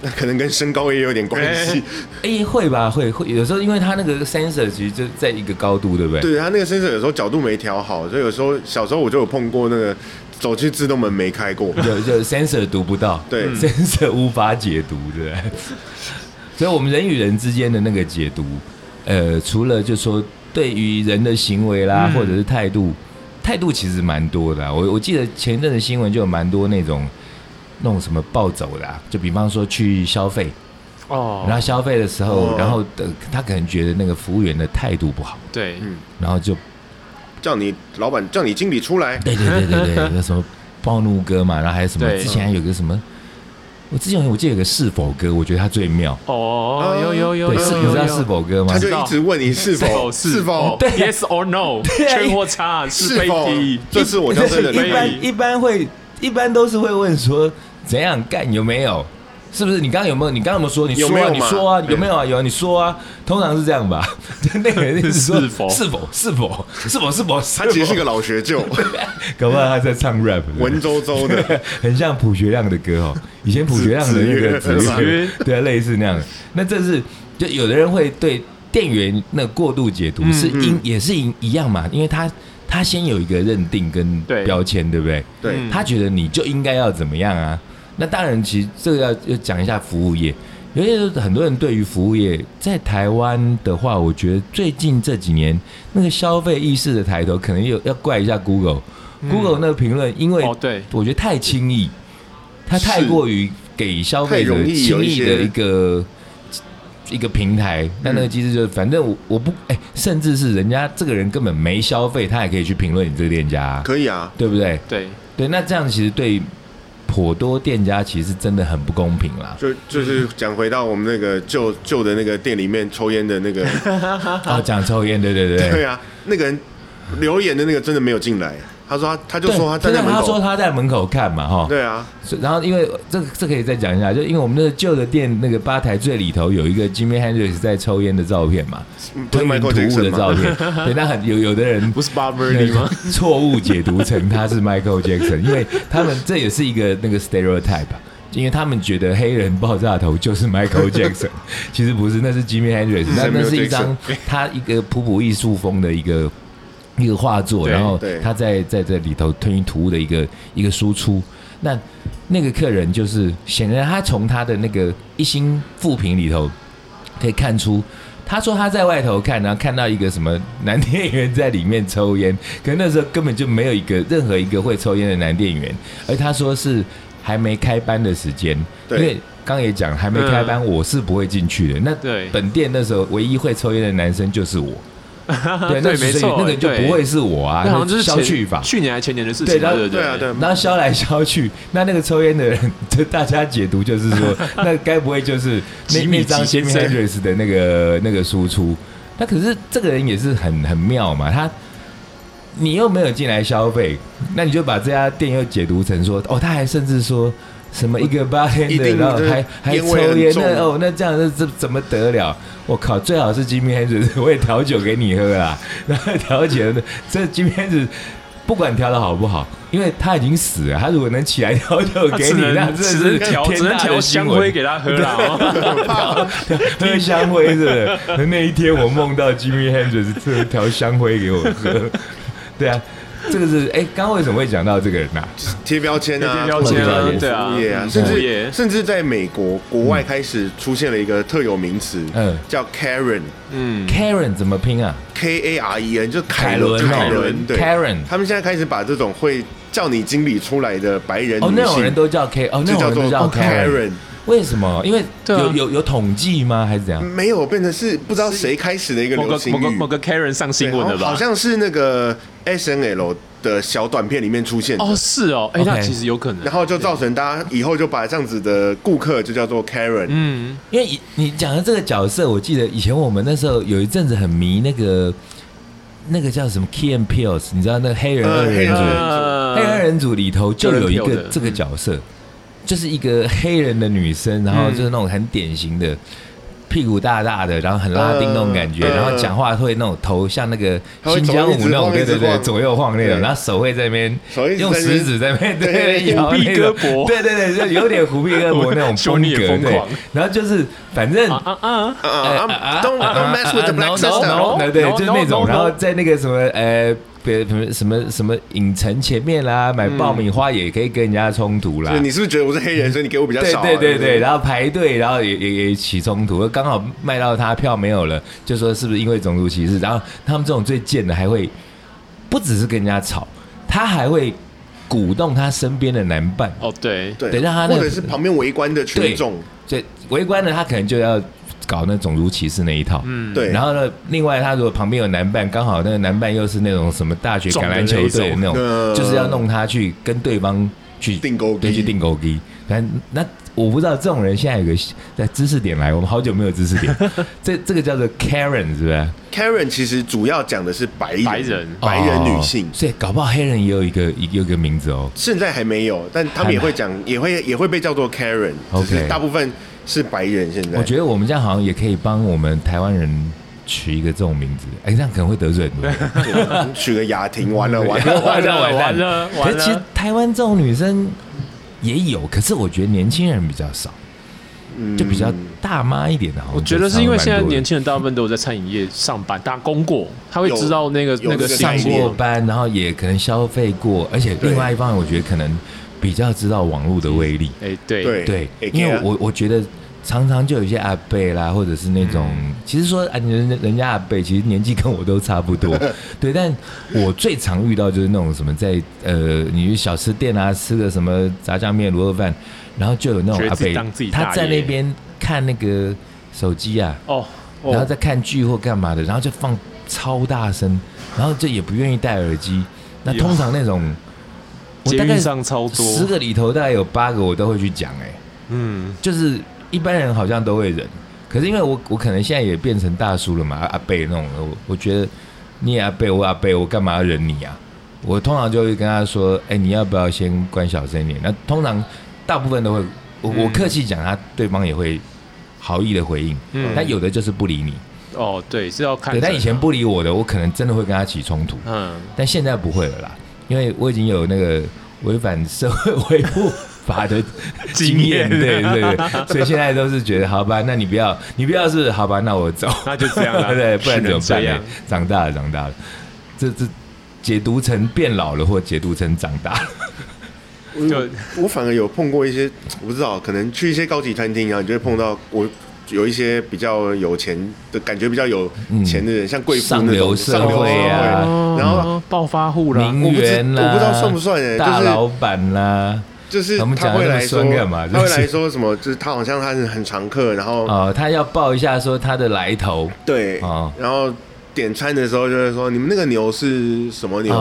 Speaker 1: 那可能跟身高也有点关系。
Speaker 3: 哎、会吧，会会，有时候因为他那个 sensor 其实就在一个高度，对不 对？
Speaker 1: 对他那个身手有时候角度没调好，所以有时候小时候我就有碰过那个走去自动门没开过。
Speaker 3: 有有 sensor 读不到，
Speaker 1: 对嗯
Speaker 3: ，sensor 无法解读，对 不对？所以，我们人与人之间的那个解读，呃，除了就说对于人的行为啦，
Speaker 2: 嗯
Speaker 3: 或者是态度，态度其实蛮多的啊、我我记得前阵子新闻就有蛮多那种那种什么暴走的、啊，就比方说去消费，
Speaker 2: 哦，
Speaker 3: 然后消费的时候，
Speaker 1: 哦
Speaker 3: 然后、呃、他可能觉得那个服务员的态度不好，
Speaker 2: 对，
Speaker 1: 嗯，
Speaker 3: 然后就
Speaker 1: 叫你老板叫你经理出来，
Speaker 3: 对对对对 对，那什么暴怒歌嘛，然后还有什么
Speaker 2: 对
Speaker 3: 之前还有个什么，我之前我记得有个是否歌，我觉得他最妙。
Speaker 2: 哦，有有有，
Speaker 3: 对，
Speaker 2: 有
Speaker 3: 是
Speaker 2: 有
Speaker 3: 你知道
Speaker 2: 有
Speaker 3: 是否歌吗
Speaker 1: 他？就一直问你是 否
Speaker 2: 是
Speaker 1: 否
Speaker 3: 对
Speaker 2: ，yes or no，缺或差是
Speaker 1: 是
Speaker 2: 非
Speaker 1: 否
Speaker 2: 低，，
Speaker 1: 这是我
Speaker 3: 对
Speaker 1: 叫真的
Speaker 2: 对
Speaker 1: 能
Speaker 3: 一
Speaker 1: 力。
Speaker 3: 般一般会一般都是会问说怎样干有没有？是不是你刚刚有没有？你刚刚有没有说？你说
Speaker 1: 有没
Speaker 3: 啊，
Speaker 1: 有嘛
Speaker 3: 你说啊，
Speaker 1: 对
Speaker 3: 有没有啊？有啊，你说啊。通常是这样吧？ 就那个人一直说
Speaker 2: 是否
Speaker 3: 是否是否是否是否，
Speaker 1: 他其实是个老学 究，
Speaker 3: 搞不好他在唱 rap，
Speaker 1: 文绉绉的。
Speaker 3: 很像朴学亮的歌哦，以前朴学亮的那个
Speaker 1: 子
Speaker 2: 子曰
Speaker 3: 对啊，类似那样的。那这是就有的人会对店员那过度解读，
Speaker 2: 嗯
Speaker 3: 是因
Speaker 1: 嗯
Speaker 3: 也是一一样嘛，因为他他先有一个认定跟
Speaker 2: 对
Speaker 3: 标签，对不对？
Speaker 1: 对，
Speaker 2: 嗯
Speaker 3: 他觉得你就应该要怎么样啊？那当然，其实这个要要讲一下服务业。有些时候很多人对于服务业，在台湾的话，我觉得最近这几年那个消费意识的抬头，可能有要怪一下 Google。Google
Speaker 2: 嗯
Speaker 3: 那个评论，因为
Speaker 2: 哦对
Speaker 3: 我觉得太轻易，它太
Speaker 1: 是
Speaker 3: 过于给消费
Speaker 1: 太
Speaker 3: 者
Speaker 1: 容易有
Speaker 3: 轻
Speaker 1: 一
Speaker 3: 易
Speaker 1: 些
Speaker 3: 的一个一个平台。那那个机制就是，反正我我不哎、甚至是人家这个人根本没消费，他也可以去评论你这个店家啊、
Speaker 1: 可以啊，
Speaker 3: 对不对？
Speaker 2: 对，
Speaker 3: 对，那这样其实对颇多店家其实真的很不公平啦。
Speaker 1: 就就是讲回到我们那个旧旧的那个店里面抽烟的那个，
Speaker 3: 啊，讲抽烟，对对对
Speaker 1: 对。啊，那个人留言的那个真的没有进来，他说他他就
Speaker 3: 对
Speaker 1: 说他站在
Speaker 3: 真的
Speaker 1: 门
Speaker 3: 他说
Speaker 1: 口，
Speaker 3: 他在门口看嘛，哈。
Speaker 1: 对啊，
Speaker 3: 所以然后因为这个这可以再讲一下，就因为我们那个旧的店那个吧台最里头有一个 Jimmy Hendrix 在抽烟的照片嘛，
Speaker 1: 嗯不是
Speaker 3: 吞云
Speaker 1: Michael
Speaker 3: 吐雾
Speaker 1: Jackson
Speaker 3: 的照
Speaker 1: 吗？
Speaker 3: 片。对，那很有有的人
Speaker 2: 不是 Bob Marley 吗？？
Speaker 3: 错误解读成他是 Michael Jackson，因为他们这也是一个那个 stereotype 啊。因为他们觉得黑人爆炸头就是 Michael Jackson，其实不是，那是 Jimmy Hendrix，那
Speaker 1: Samuel
Speaker 3: 那是一张 他一个普普艺术风的一个一个画作，
Speaker 2: 对
Speaker 3: 然后
Speaker 1: 对
Speaker 3: 他在在这里头吞云吐雾的一个一个输出。那那个客人就是显然他从他的那个一星复评里头可以看出，他说他在外头看，然后看到一个什么男店员在里面抽烟，可那时候根本就没有一个任何一个会抽烟的男店员，而他说是还没开班的时间，因
Speaker 1: 对
Speaker 3: 为刚也讲还没开班，我是不会进去的。那
Speaker 2: 对
Speaker 3: 本店那时候唯一会抽烟的男生就是我， 对，那
Speaker 2: 啊对没
Speaker 3: 所以
Speaker 2: 错
Speaker 3: 那个就
Speaker 2: 对
Speaker 3: 不会是我啊，
Speaker 2: 那好像就是
Speaker 3: 消
Speaker 2: 前
Speaker 3: 去法。
Speaker 2: 去年还前年的事
Speaker 3: 对
Speaker 2: 情，
Speaker 3: 然后
Speaker 2: 对
Speaker 1: 对啊，对啊，
Speaker 3: 然后消来消去，那那个抽烟的人，就大家解读就是 说，那该不会就是那
Speaker 2: 吉米
Speaker 3: 那张
Speaker 2: 吉先
Speaker 3: Jimi
Speaker 2: 生
Speaker 3: Hendrix 的那个那个输出？那可是这个人也是很很妙嘛，他你又没有进来消费，那你就把这家店又解读成说，哦，他还甚至说什么一个八天
Speaker 1: 一
Speaker 3: 的，
Speaker 1: 定
Speaker 3: 然后
Speaker 1: 就是
Speaker 3: 还还
Speaker 1: 烟味
Speaker 3: 抽
Speaker 1: 很
Speaker 3: 烟，
Speaker 1: 重
Speaker 3: 那哦，那这样这这怎么得了？我靠，最好是 Jimi Hendrix 会调酒给你喝啦，然后 调酒的这 Jimi Hendrix。不管调的好不好，因为他已经死了，他如果能起来调酒
Speaker 2: 他
Speaker 3: 给
Speaker 2: 只
Speaker 3: 你，那
Speaker 2: 能
Speaker 3: 真的
Speaker 2: 只能
Speaker 3: 是
Speaker 2: 调只
Speaker 3: 天
Speaker 2: 能
Speaker 3: 大
Speaker 2: 调
Speaker 3: 的新
Speaker 2: 香
Speaker 3: 闻
Speaker 2: 灰给他喝啦。哦
Speaker 3: 喝香灰是不是？那一天我梦到 Jimmy Hendrix 特调香灰给我喝，对啊，这个是哎，刚刚为什么会讲到这个人呐、
Speaker 1: 贴标签啊，
Speaker 2: 贴标签
Speaker 3: 啊
Speaker 1: 或者
Speaker 2: 对啊
Speaker 1: 服务业啊，
Speaker 2: 嗯
Speaker 1: 甚
Speaker 2: 服务
Speaker 1: 至
Speaker 2: 业
Speaker 1: 甚至在美国国外开始出现了一个特有名词，
Speaker 3: 嗯
Speaker 1: 叫 Karen，K
Speaker 3: k a r e n 怎么拼啊？
Speaker 1: A R E N，就
Speaker 3: 凯
Speaker 1: 凯
Speaker 3: 伦哦
Speaker 1: 凯伦，对
Speaker 3: Karen
Speaker 1: 他们现在开始把这种会叫你经理出来的白人
Speaker 3: 哦，
Speaker 1: 女
Speaker 3: 那种
Speaker 1: 性
Speaker 3: 人，都叫 K，哦，
Speaker 1: 就
Speaker 3: 那种
Speaker 1: 叫
Speaker 3: 人
Speaker 1: 做
Speaker 3: 都叫 Karen。
Speaker 1: Karen，
Speaker 3: 为什么？因为
Speaker 2: 对啊
Speaker 3: 有有有统计吗？还是怎样？
Speaker 1: 没有变成是不知道谁开始的一个
Speaker 2: 某
Speaker 1: 流
Speaker 2: 个
Speaker 1: 行
Speaker 2: 某个
Speaker 1: 语
Speaker 2: 某，个 Karen 上新闻了
Speaker 1: 对好
Speaker 2: 吧？
Speaker 1: 好像是那个 S N L 的小短片里面出现的
Speaker 2: 哦，是哦，哎，那
Speaker 3: OK
Speaker 2: 其实有可能
Speaker 1: 然。后就造成大家以后就把这样子的顾客就叫做 Karen，
Speaker 2: 嗯，
Speaker 3: 因为以你讲的这个角色，我记得以前我们那时候有一阵子很迷那个那个叫什么 Key and Peele，你知道那个黑人
Speaker 1: 呃
Speaker 3: 二人
Speaker 1: 黑人
Speaker 3: 组，黑人二
Speaker 2: 呃，
Speaker 3: 人组里头就有一
Speaker 2: 黑人 Peele
Speaker 3: 个
Speaker 2: 的
Speaker 3: 这个角
Speaker 1: 嗯
Speaker 3: 色，就是一个黑人的女生，然后就是那种很典型的。屁股大大的，然后很拉丁那种感觉，
Speaker 1: 呃
Speaker 3: 然后讲话会那种头像那个
Speaker 1: 她会
Speaker 3: 新疆舞那
Speaker 1: 走
Speaker 3: 种，
Speaker 1: 一
Speaker 3: 对
Speaker 1: 直晃一直
Speaker 3: 对对，
Speaker 1: 晃
Speaker 3: 左右晃那种，
Speaker 1: 对
Speaker 3: 然后手会在那边
Speaker 1: 手一直
Speaker 3: 用
Speaker 1: 在那边
Speaker 3: 食指在那边
Speaker 1: 对
Speaker 3: 对摇
Speaker 2: 虎臂
Speaker 3: 那种
Speaker 2: 胳膊
Speaker 3: 对对对，就有点 虎臂胳膊那种
Speaker 2: 说
Speaker 3: 风
Speaker 2: 你也
Speaker 3: 格，
Speaker 2: 疯
Speaker 3: 对
Speaker 2: 狂。
Speaker 3: 然后就是反正
Speaker 2: 啊啊啊！
Speaker 1: 啊
Speaker 3: 哎
Speaker 1: 啊啊，Don't don't mess with the black
Speaker 2: uh, no,
Speaker 1: sister，
Speaker 2: no.
Speaker 3: 对，就是那
Speaker 2: no,
Speaker 3: 种，
Speaker 2: no.
Speaker 3: 然后在那个什么呃，别什么什么什么影城前面啦，买爆米花也可以跟人家冲突啦
Speaker 1: 对，。你是不是觉得我是黑人，所以你给我比较
Speaker 3: 对
Speaker 1: 少啊？
Speaker 3: 对对
Speaker 1: 不
Speaker 3: 对，然后排队，然后也也也起冲突，刚好卖到他票没有了，就说是不是因为种族歧视？然后他们这种最贱的还会不只是跟人家吵，他还会鼓动他身边的男伴，
Speaker 2: 哦，对，
Speaker 1: 对，
Speaker 3: 等一下他那个
Speaker 1: 或者是旁边围观的群众，
Speaker 3: 所以围观的他可能就要搞那种族歧视那一套。嗯。
Speaker 1: 对，
Speaker 3: 然后呢，另外他如果旁边有男伴，刚好那个男伴又是那种什么大学橄榄球队的
Speaker 1: 壮的
Speaker 3: 那
Speaker 1: 那
Speaker 3: 种，
Speaker 1: 一种嗯
Speaker 3: 就是要弄他去跟对方去
Speaker 1: 定勾
Speaker 3: 对，去定勾机。但那我不知道这种人现在有个在知识点来，我们好久没有知 识点。这这个叫做 Karen 是不是？
Speaker 1: Karen 其实主要讲的是白人
Speaker 2: 白人
Speaker 1: 白人女性
Speaker 3: 哦，所以搞不好黑人也有一个一有一个名字哦。
Speaker 1: 现在还没有，但他
Speaker 3: 还
Speaker 1: 们也
Speaker 3: 没
Speaker 1: 会讲，也会也会被叫做 Karen，
Speaker 3: OK
Speaker 1: 只是大部分是白人。现在
Speaker 3: 我觉得我们这样好像也可以帮我们台湾人取一个这种名字，哎，这样可能会得罪很多人。
Speaker 1: 得取个雅婷，完了完 了，
Speaker 3: 完了
Speaker 2: 完了完了
Speaker 3: 可
Speaker 2: 完
Speaker 3: 是其实
Speaker 2: 了，
Speaker 3: 台湾这种女生也有，可是我觉得年轻人比较少，
Speaker 1: 嗯
Speaker 3: 就比较大妈一点的。好像
Speaker 2: 我觉得是因为现在年
Speaker 3: 轻
Speaker 2: 轻人大部分都有在餐饮业上班打工过，他会
Speaker 1: 有
Speaker 2: 知道那个
Speaker 1: 有
Speaker 2: 那个
Speaker 1: 这个
Speaker 2: 上
Speaker 1: 概
Speaker 3: 上
Speaker 1: 念
Speaker 3: 过班，然后也可能消费过，而且
Speaker 1: 对
Speaker 3: 另外一方面，我觉得可能比较知道网络的威力。
Speaker 2: 哎，对
Speaker 1: 对
Speaker 3: 对
Speaker 1: 哎，
Speaker 3: 因
Speaker 2: 啊
Speaker 3: 为
Speaker 1: 给
Speaker 3: 我我觉得。常常就有一些阿贝啦，或者是那种，
Speaker 2: 嗯
Speaker 3: 其实说啊，人人家阿贝其实年纪跟我都差 不多，对。但我最常遇到就是那种什么在呃，你去小吃店啊，吃个什么炸酱面、卤肉饭，然后就有那种
Speaker 2: 觉得
Speaker 3: 阿
Speaker 2: 自己
Speaker 3: 贝
Speaker 2: 当自己，大
Speaker 3: 他在那
Speaker 2: 爷
Speaker 3: 边看那个手机啊，
Speaker 2: 哦，哦
Speaker 3: 然后在看剧或干嘛的，然后就放超大声，然后就也不愿意戴耳机。那
Speaker 2: 有
Speaker 3: 通常那种，我
Speaker 2: 捷
Speaker 3: 大概
Speaker 2: 运上超多，
Speaker 3: 十个里头大概有八个我都会去讲，哎，
Speaker 2: 嗯，
Speaker 3: 就是一般人好像都会忍，可是因为我我可能现在也变成大叔了嘛，阿阿贝那种，我我觉得你也阿贝，我阿贝，我干嘛要忍你啊？我通常就会跟他说，哎、你要不要先关小声一点？那通常大部分都会，我我
Speaker 2: 嗯
Speaker 3: 客气讲，他对方也会好意的回应，
Speaker 2: 嗯
Speaker 3: 但有的就是不理你。
Speaker 2: 哦，对，是要看
Speaker 3: 对，
Speaker 2: 人啊。
Speaker 3: 他以前不理我的，我可能真的会跟他起冲突，
Speaker 2: 嗯，
Speaker 3: 但现在不会了啦，因为我已经有那个违反社会维护法 的经验，
Speaker 2: 经验
Speaker 3: 对对对，所以现在都是觉得好吧，那你不要，你不要是好吧，那我走，
Speaker 2: 那就这样了，
Speaker 3: 对，不然怎么
Speaker 2: 只能这
Speaker 3: 办呢
Speaker 2: 样？
Speaker 3: 长大了，长大了，这这解读成变老了，或解读成长大了，
Speaker 1: 我
Speaker 2: 就
Speaker 1: 我反而有碰过一些，我不知道，可能去一些高级餐厅啊，你就会碰到我有一些比较有钱的感觉，比较有钱的人，像贵妇
Speaker 3: 嗯上
Speaker 1: 那
Speaker 3: 流
Speaker 1: 种
Speaker 3: 社
Speaker 1: 上流社
Speaker 3: 会
Speaker 1: 会
Speaker 3: 啊
Speaker 2: 哦
Speaker 1: 然后
Speaker 2: 暴发户啦，
Speaker 3: 名
Speaker 1: 我不知
Speaker 3: 媛啦，
Speaker 1: 我不知道算不算欸
Speaker 3: 大
Speaker 1: 就是
Speaker 3: 老板啦。
Speaker 1: 就是
Speaker 3: 他们
Speaker 1: 他
Speaker 3: 讲得
Speaker 1: 会
Speaker 3: 那么
Speaker 1: 来说
Speaker 3: 酸干嘛
Speaker 1: 他会
Speaker 3: 就是
Speaker 1: 来说什么？就是他好像他是很常客，然后
Speaker 3: 哦，他要报一下说他的来头
Speaker 1: 对
Speaker 3: 哦，
Speaker 1: 然后点餐的时候就会说你们那个牛是什么
Speaker 3: 哦，
Speaker 1: 牛？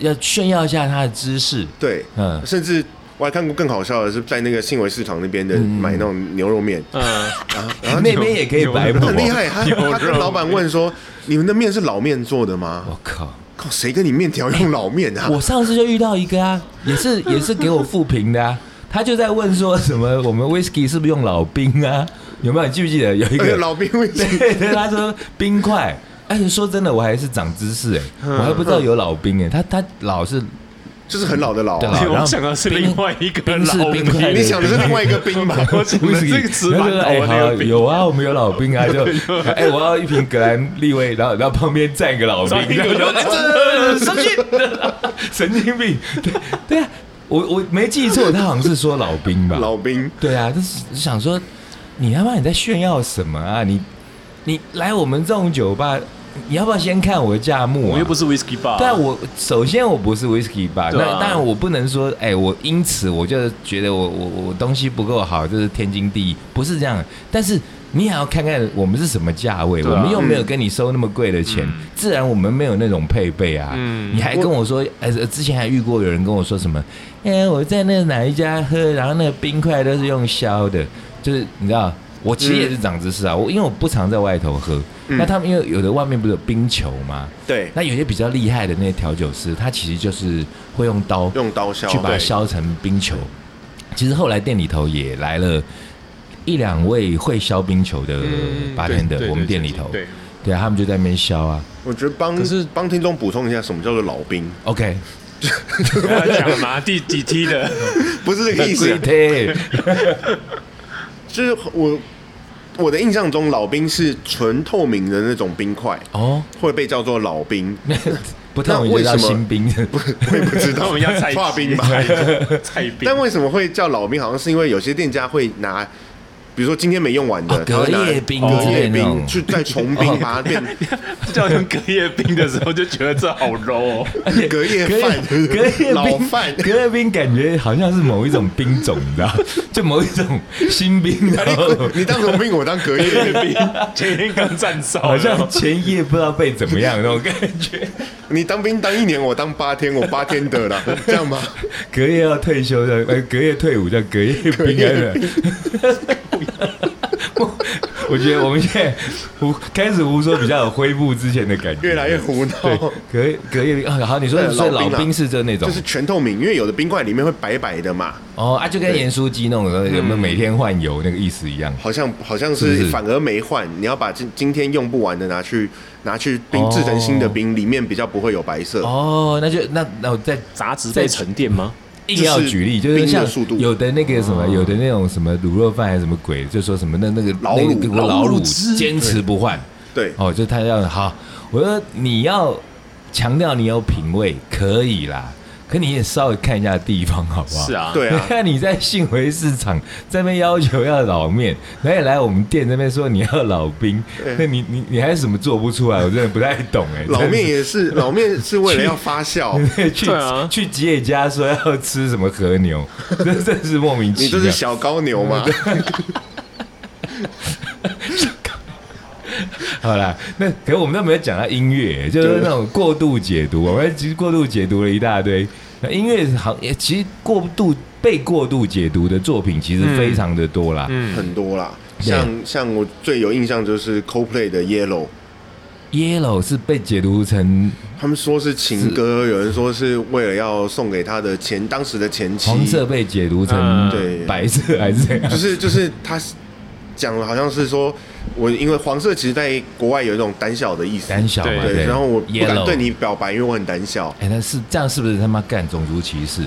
Speaker 3: 要要炫耀一下他的知识，
Speaker 1: 对，
Speaker 3: 嗯，
Speaker 1: 甚至我还看过更好笑的是，在那个信维市场那边的买那种牛肉面，
Speaker 2: 嗯，
Speaker 3: 啊
Speaker 1: 然后然后
Speaker 3: 那边也可以摆谱、
Speaker 1: 很厉害，他
Speaker 2: 牛肉
Speaker 1: 他跟老板问说：“你们的面是老面做的吗？”
Speaker 3: 我靠！
Speaker 1: 靠，谁跟你面条用老面啊？
Speaker 3: 我上次就遇到一个啊，也是 也是给我复评的啊，他就在问说什么我们 whisky 是不是用老冰啊？有没有？你记不记得有一
Speaker 1: 哎
Speaker 3: 个
Speaker 1: 呦老兵会吃
Speaker 3: 对对，他说冰欸
Speaker 2: 嗯
Speaker 3: 块。哎，说真的，我还是长知识哎、我还不知道有老兵哎、他他老是
Speaker 1: 就是很老的老、
Speaker 3: 对
Speaker 1: 啊
Speaker 3: 老。然
Speaker 2: 我
Speaker 3: 后
Speaker 2: 想的是另外一个
Speaker 3: 冰是
Speaker 2: 老
Speaker 3: 冰块
Speaker 2: 兵，
Speaker 1: 你想的是另外一个兵 吧？
Speaker 2: 我想的是这个纸板头
Speaker 3: 哎
Speaker 2: 的那
Speaker 3: 好
Speaker 2: 个兵，
Speaker 3: 有啊，我们有老兵 啊，就哎，我要一瓶格兰利威，然后然后旁边站一个老兵，
Speaker 2: 站一 个
Speaker 3: 然后就哎这神经神经病， 对对啊，我我没记错，他好像是说老 兵吧，
Speaker 1: 老兵，
Speaker 3: 对啊，就是想说，你他妈你在炫耀什么啊？你你来我们这种酒吧，你要不要先看我的价目、啊？
Speaker 2: 我又不是 whisky bar，
Speaker 3: 但我首先我不是 whisky 吧，
Speaker 2: 对
Speaker 3: 那
Speaker 2: 啊
Speaker 3: 当然我不能说，哎、我因此我就觉得我我我东西不够好，这是天经地义，不是这样。但是你也要看看我们是什么价位，
Speaker 2: 对啊
Speaker 3: 我们又没有跟你收那么贵的钱，
Speaker 2: 嗯
Speaker 3: 自然我们没有那种配备啊。
Speaker 2: 嗯
Speaker 3: 你还跟我说，呃，之前还遇过有人跟我说什么，哎、我在那哪一家喝，然后那个冰块都是用削的，就是你知道。我其实也是长知识啊，我因为我不常在外头喝，
Speaker 1: 嗯
Speaker 3: 那他们因为有的外面不是有冰球吗？
Speaker 1: 对，
Speaker 3: 那有些比较厉害的那些调酒师，他其实就是会用刀
Speaker 1: 用刀削
Speaker 3: 去把它
Speaker 1: 对
Speaker 3: 削成冰球。其实后来店里头也来了一两位会削冰球的
Speaker 2: 嗯
Speaker 3: 八
Speaker 2: 对
Speaker 3: 天的
Speaker 2: 对，
Speaker 3: 我们
Speaker 2: 对
Speaker 3: 店
Speaker 2: 对
Speaker 3: 里头，
Speaker 2: 对，
Speaker 3: 对啊，他们就在那边削啊。
Speaker 1: 我觉得帮
Speaker 2: 可是
Speaker 1: 帮听众补充一下，什么叫做老兵？
Speaker 3: OK，
Speaker 2: 他讲嘛，第几梯的，
Speaker 1: 不是这个意思啊、
Speaker 3: 对，
Speaker 1: 就是我我的印象中，老兵是纯透明的那种冰块，
Speaker 3: 哦，
Speaker 1: 会被叫做老兵。
Speaker 3: 不透
Speaker 1: 那
Speaker 3: 明就
Speaker 1: 为
Speaker 3: 叫
Speaker 1: 什么
Speaker 3: 新兵，
Speaker 1: 我也不知
Speaker 2: 那
Speaker 1: 道，
Speaker 2: 我们要 菜
Speaker 1: 化
Speaker 2: 鸡
Speaker 1: 冰 吧。
Speaker 2: 菜兵，
Speaker 1: 但为什么会叫老兵？好像是因为有些店家会拿，比如说今天没用完的，
Speaker 3: 哦
Speaker 1: 他会拿
Speaker 3: 隔夜冰
Speaker 1: 隔
Speaker 2: 之
Speaker 1: 夜
Speaker 3: 类那
Speaker 1: 冰
Speaker 3: 种
Speaker 1: 去再重 冰，把它变
Speaker 2: 叫人隔夜冰的时候就觉得这好 low，哦
Speaker 1: 隔夜
Speaker 3: 隔夜
Speaker 1: 饭、
Speaker 3: 隔夜冰
Speaker 1: 老饭。
Speaker 3: 隔夜冰感觉好像是某一种兵种，你知道， 就某一种 新兵，然后
Speaker 1: 哎你当什么兵？我当隔夜
Speaker 2: 隔夜
Speaker 1: 兵。
Speaker 2: 冰前天刚站哨，
Speaker 3: 好像前夜不知道被怎么样那种感觉。
Speaker 1: 你当兵当一年，我当八天，我八天的啦， 这样吗？
Speaker 3: 隔夜要退休的， 呃，隔夜退伍叫隔夜兵
Speaker 1: 夜
Speaker 3: 安的。我 我觉得我们现在胡开始胡说比较有恢复之前的感觉，
Speaker 1: 越来越胡闹。
Speaker 3: 对。隔夜隔夜兵啊，好，你说
Speaker 1: 对
Speaker 3: 所以
Speaker 1: 老
Speaker 3: 老
Speaker 1: 兵啊
Speaker 3: 兵是就那种
Speaker 1: 就是全透明，因为有的冰块里面会白白的嘛，
Speaker 3: 哦啊，就跟盐酥鸡那种有没有每天换油那个意思一样。
Speaker 1: 好像好像
Speaker 3: 是不
Speaker 1: 是
Speaker 3: 是
Speaker 1: 反而没换，你要把今今天用不完的拿去拿去冰
Speaker 3: 哦
Speaker 1: 制成新的冰，里面比较不会有白色。
Speaker 3: 哦，那就那那我再
Speaker 2: 杂质被沉淀吗？
Speaker 3: 硬要举例，就
Speaker 1: 冰
Speaker 3: 是
Speaker 1: 的
Speaker 3: 像
Speaker 1: 速度哦
Speaker 3: 有的那个什么，有的那种什么卤肉饭还是什么鬼，就说什么那那个
Speaker 1: 老
Speaker 3: 那
Speaker 1: 卤
Speaker 3: 个
Speaker 2: 老
Speaker 3: 老
Speaker 2: 卤
Speaker 3: 卤
Speaker 2: 汁
Speaker 3: 坚持不换。
Speaker 1: 对，
Speaker 3: 哦，就他要好，我说你要强调你有品味，可以啦，可你也稍微看一下地方好不好？
Speaker 2: 是。啊，
Speaker 1: 对啊，
Speaker 3: 看 你在信回市场这边要求要老面，然后也来我们店这边说你要老兵，那你你你还有什么做不出来？我真的不太懂哎、
Speaker 1: 老面也是，老面是为了要发酵，
Speaker 3: 也 去、
Speaker 2: 对啊
Speaker 3: 去吉野家说要吃什么和牛， 这真是莫名其
Speaker 1: 你
Speaker 3: 妙。
Speaker 1: 这是小高牛吗？
Speaker 3: 好啦，那可是我们都没有讲到音乐，就是那种过度解读，我们其实过度解读了一大堆。那音乐行业其实过度被过度解读的作品其实非常的多啦。
Speaker 2: 嗯，
Speaker 1: 很多啦，
Speaker 3: 对
Speaker 1: 像像我最有印象就是 CoPlay 的 Yellow，
Speaker 3: Yellow 是被解读成
Speaker 1: 他们说是情歌，有人说是为了要送给他的前当时的前妻，
Speaker 3: 黄色，被解读成
Speaker 2: 嗯
Speaker 1: 对，
Speaker 3: 白色还是怎样
Speaker 1: 就？是就是他是讲的好像是说我因为黄色其实在国外有一种胆小的意思，
Speaker 3: 胆小嘛，
Speaker 2: 对
Speaker 1: 对，然后我不敢
Speaker 3: Yellow
Speaker 1: 对你表白，因为我很胆小。
Speaker 3: 哎、那是这样，是不是他妈干种族歧视？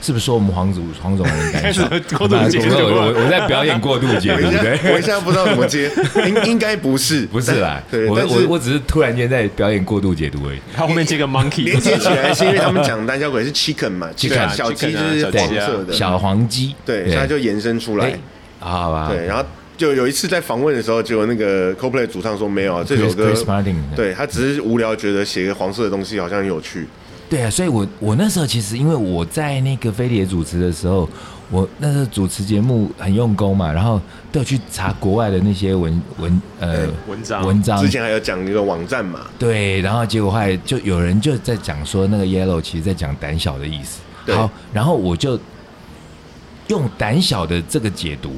Speaker 3: 是不是说我们黄族黄种人胆小
Speaker 2: 开始？ 过度解读
Speaker 3: 我 我我在表演过度解
Speaker 1: 我
Speaker 3: 读，
Speaker 1: 一
Speaker 3: 对
Speaker 1: 下，我一下不知道怎么接， 应应该不是，
Speaker 3: 不是啦，
Speaker 1: 对，
Speaker 3: 我
Speaker 1: 但
Speaker 3: 我
Speaker 1: 是
Speaker 3: 我只是突然间在表演过度解读而已。
Speaker 2: 他后面接个 monkey，
Speaker 1: 连接起来是因为他们讲胆小鬼是 chicken 嘛
Speaker 2: Chicken 啊
Speaker 1: 小鸡
Speaker 2: chicken 啊
Speaker 1: 就是
Speaker 2: 小鸡啊
Speaker 1: 黄色的，
Speaker 3: 小黄鸡，
Speaker 1: 对，所以它就延伸出来
Speaker 3: 哎。好吧，
Speaker 1: 对，然后就有一次在访问的时候，就有那个 CoPlay 主唱说没有啊，这首
Speaker 3: Chris-
Speaker 1: 歌
Speaker 3: Chris Martin，
Speaker 1: 对他只是无聊，觉得写个黄色的东西好像很有趣。
Speaker 3: 对啊，所以我我那时候其实因为我在那个飞碟主持的时候，我那时候主持节目很用功嘛，然后都有去查国外的那些文文呃
Speaker 1: 哎
Speaker 2: 文章
Speaker 3: 文章
Speaker 1: 之，前还有讲一个网站嘛，
Speaker 3: 对，然后结果后来就有人就在讲说那个 yellow 其实在讲胆小的意思。
Speaker 1: 对
Speaker 3: 好，然后我就用胆小的这个解读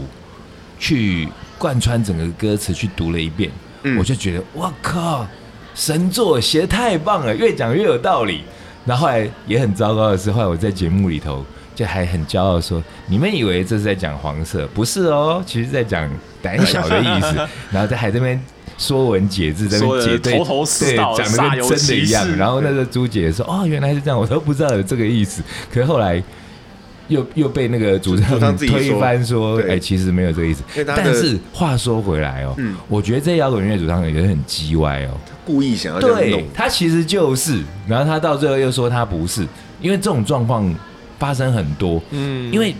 Speaker 3: 去贯穿整个歌词去读了一遍，
Speaker 1: 嗯
Speaker 3: 我就觉得我靠，神作写得太棒了，越讲越有道理。然后后来也很糟糕的是，后来我在节目里头就还很骄傲地说：“你们以为这是在讲黄色，不是哦，其实在讲胆小的意 思。”然后在还这边说文解字，在那
Speaker 2: 说
Speaker 3: 边
Speaker 2: 得
Speaker 3: 解对
Speaker 2: 头头是
Speaker 3: 对
Speaker 2: 道
Speaker 3: 讲的
Speaker 2: 煞有
Speaker 3: 跟真的一
Speaker 2: 其
Speaker 3: 样。
Speaker 2: 事
Speaker 3: 然后那个朱姐说：“哦，原来是这样，我都不知道有这个意思。”可是后来。又又被那个主
Speaker 1: 主
Speaker 3: 唱
Speaker 1: 唱自己说
Speaker 3: 推翻说，
Speaker 1: 对
Speaker 3: 哎、其实没有这个意思
Speaker 1: 因为。他的
Speaker 3: 但是话说回来哦，
Speaker 1: 嗯
Speaker 3: 我觉得这摇滚乐主唱有点很鸡歪哦。
Speaker 1: 故意想要这样
Speaker 3: 对
Speaker 1: 弄，
Speaker 3: 他其实就是，然后他到最后又说他不是，因为这种状况发生很多，
Speaker 2: 嗯
Speaker 3: 因为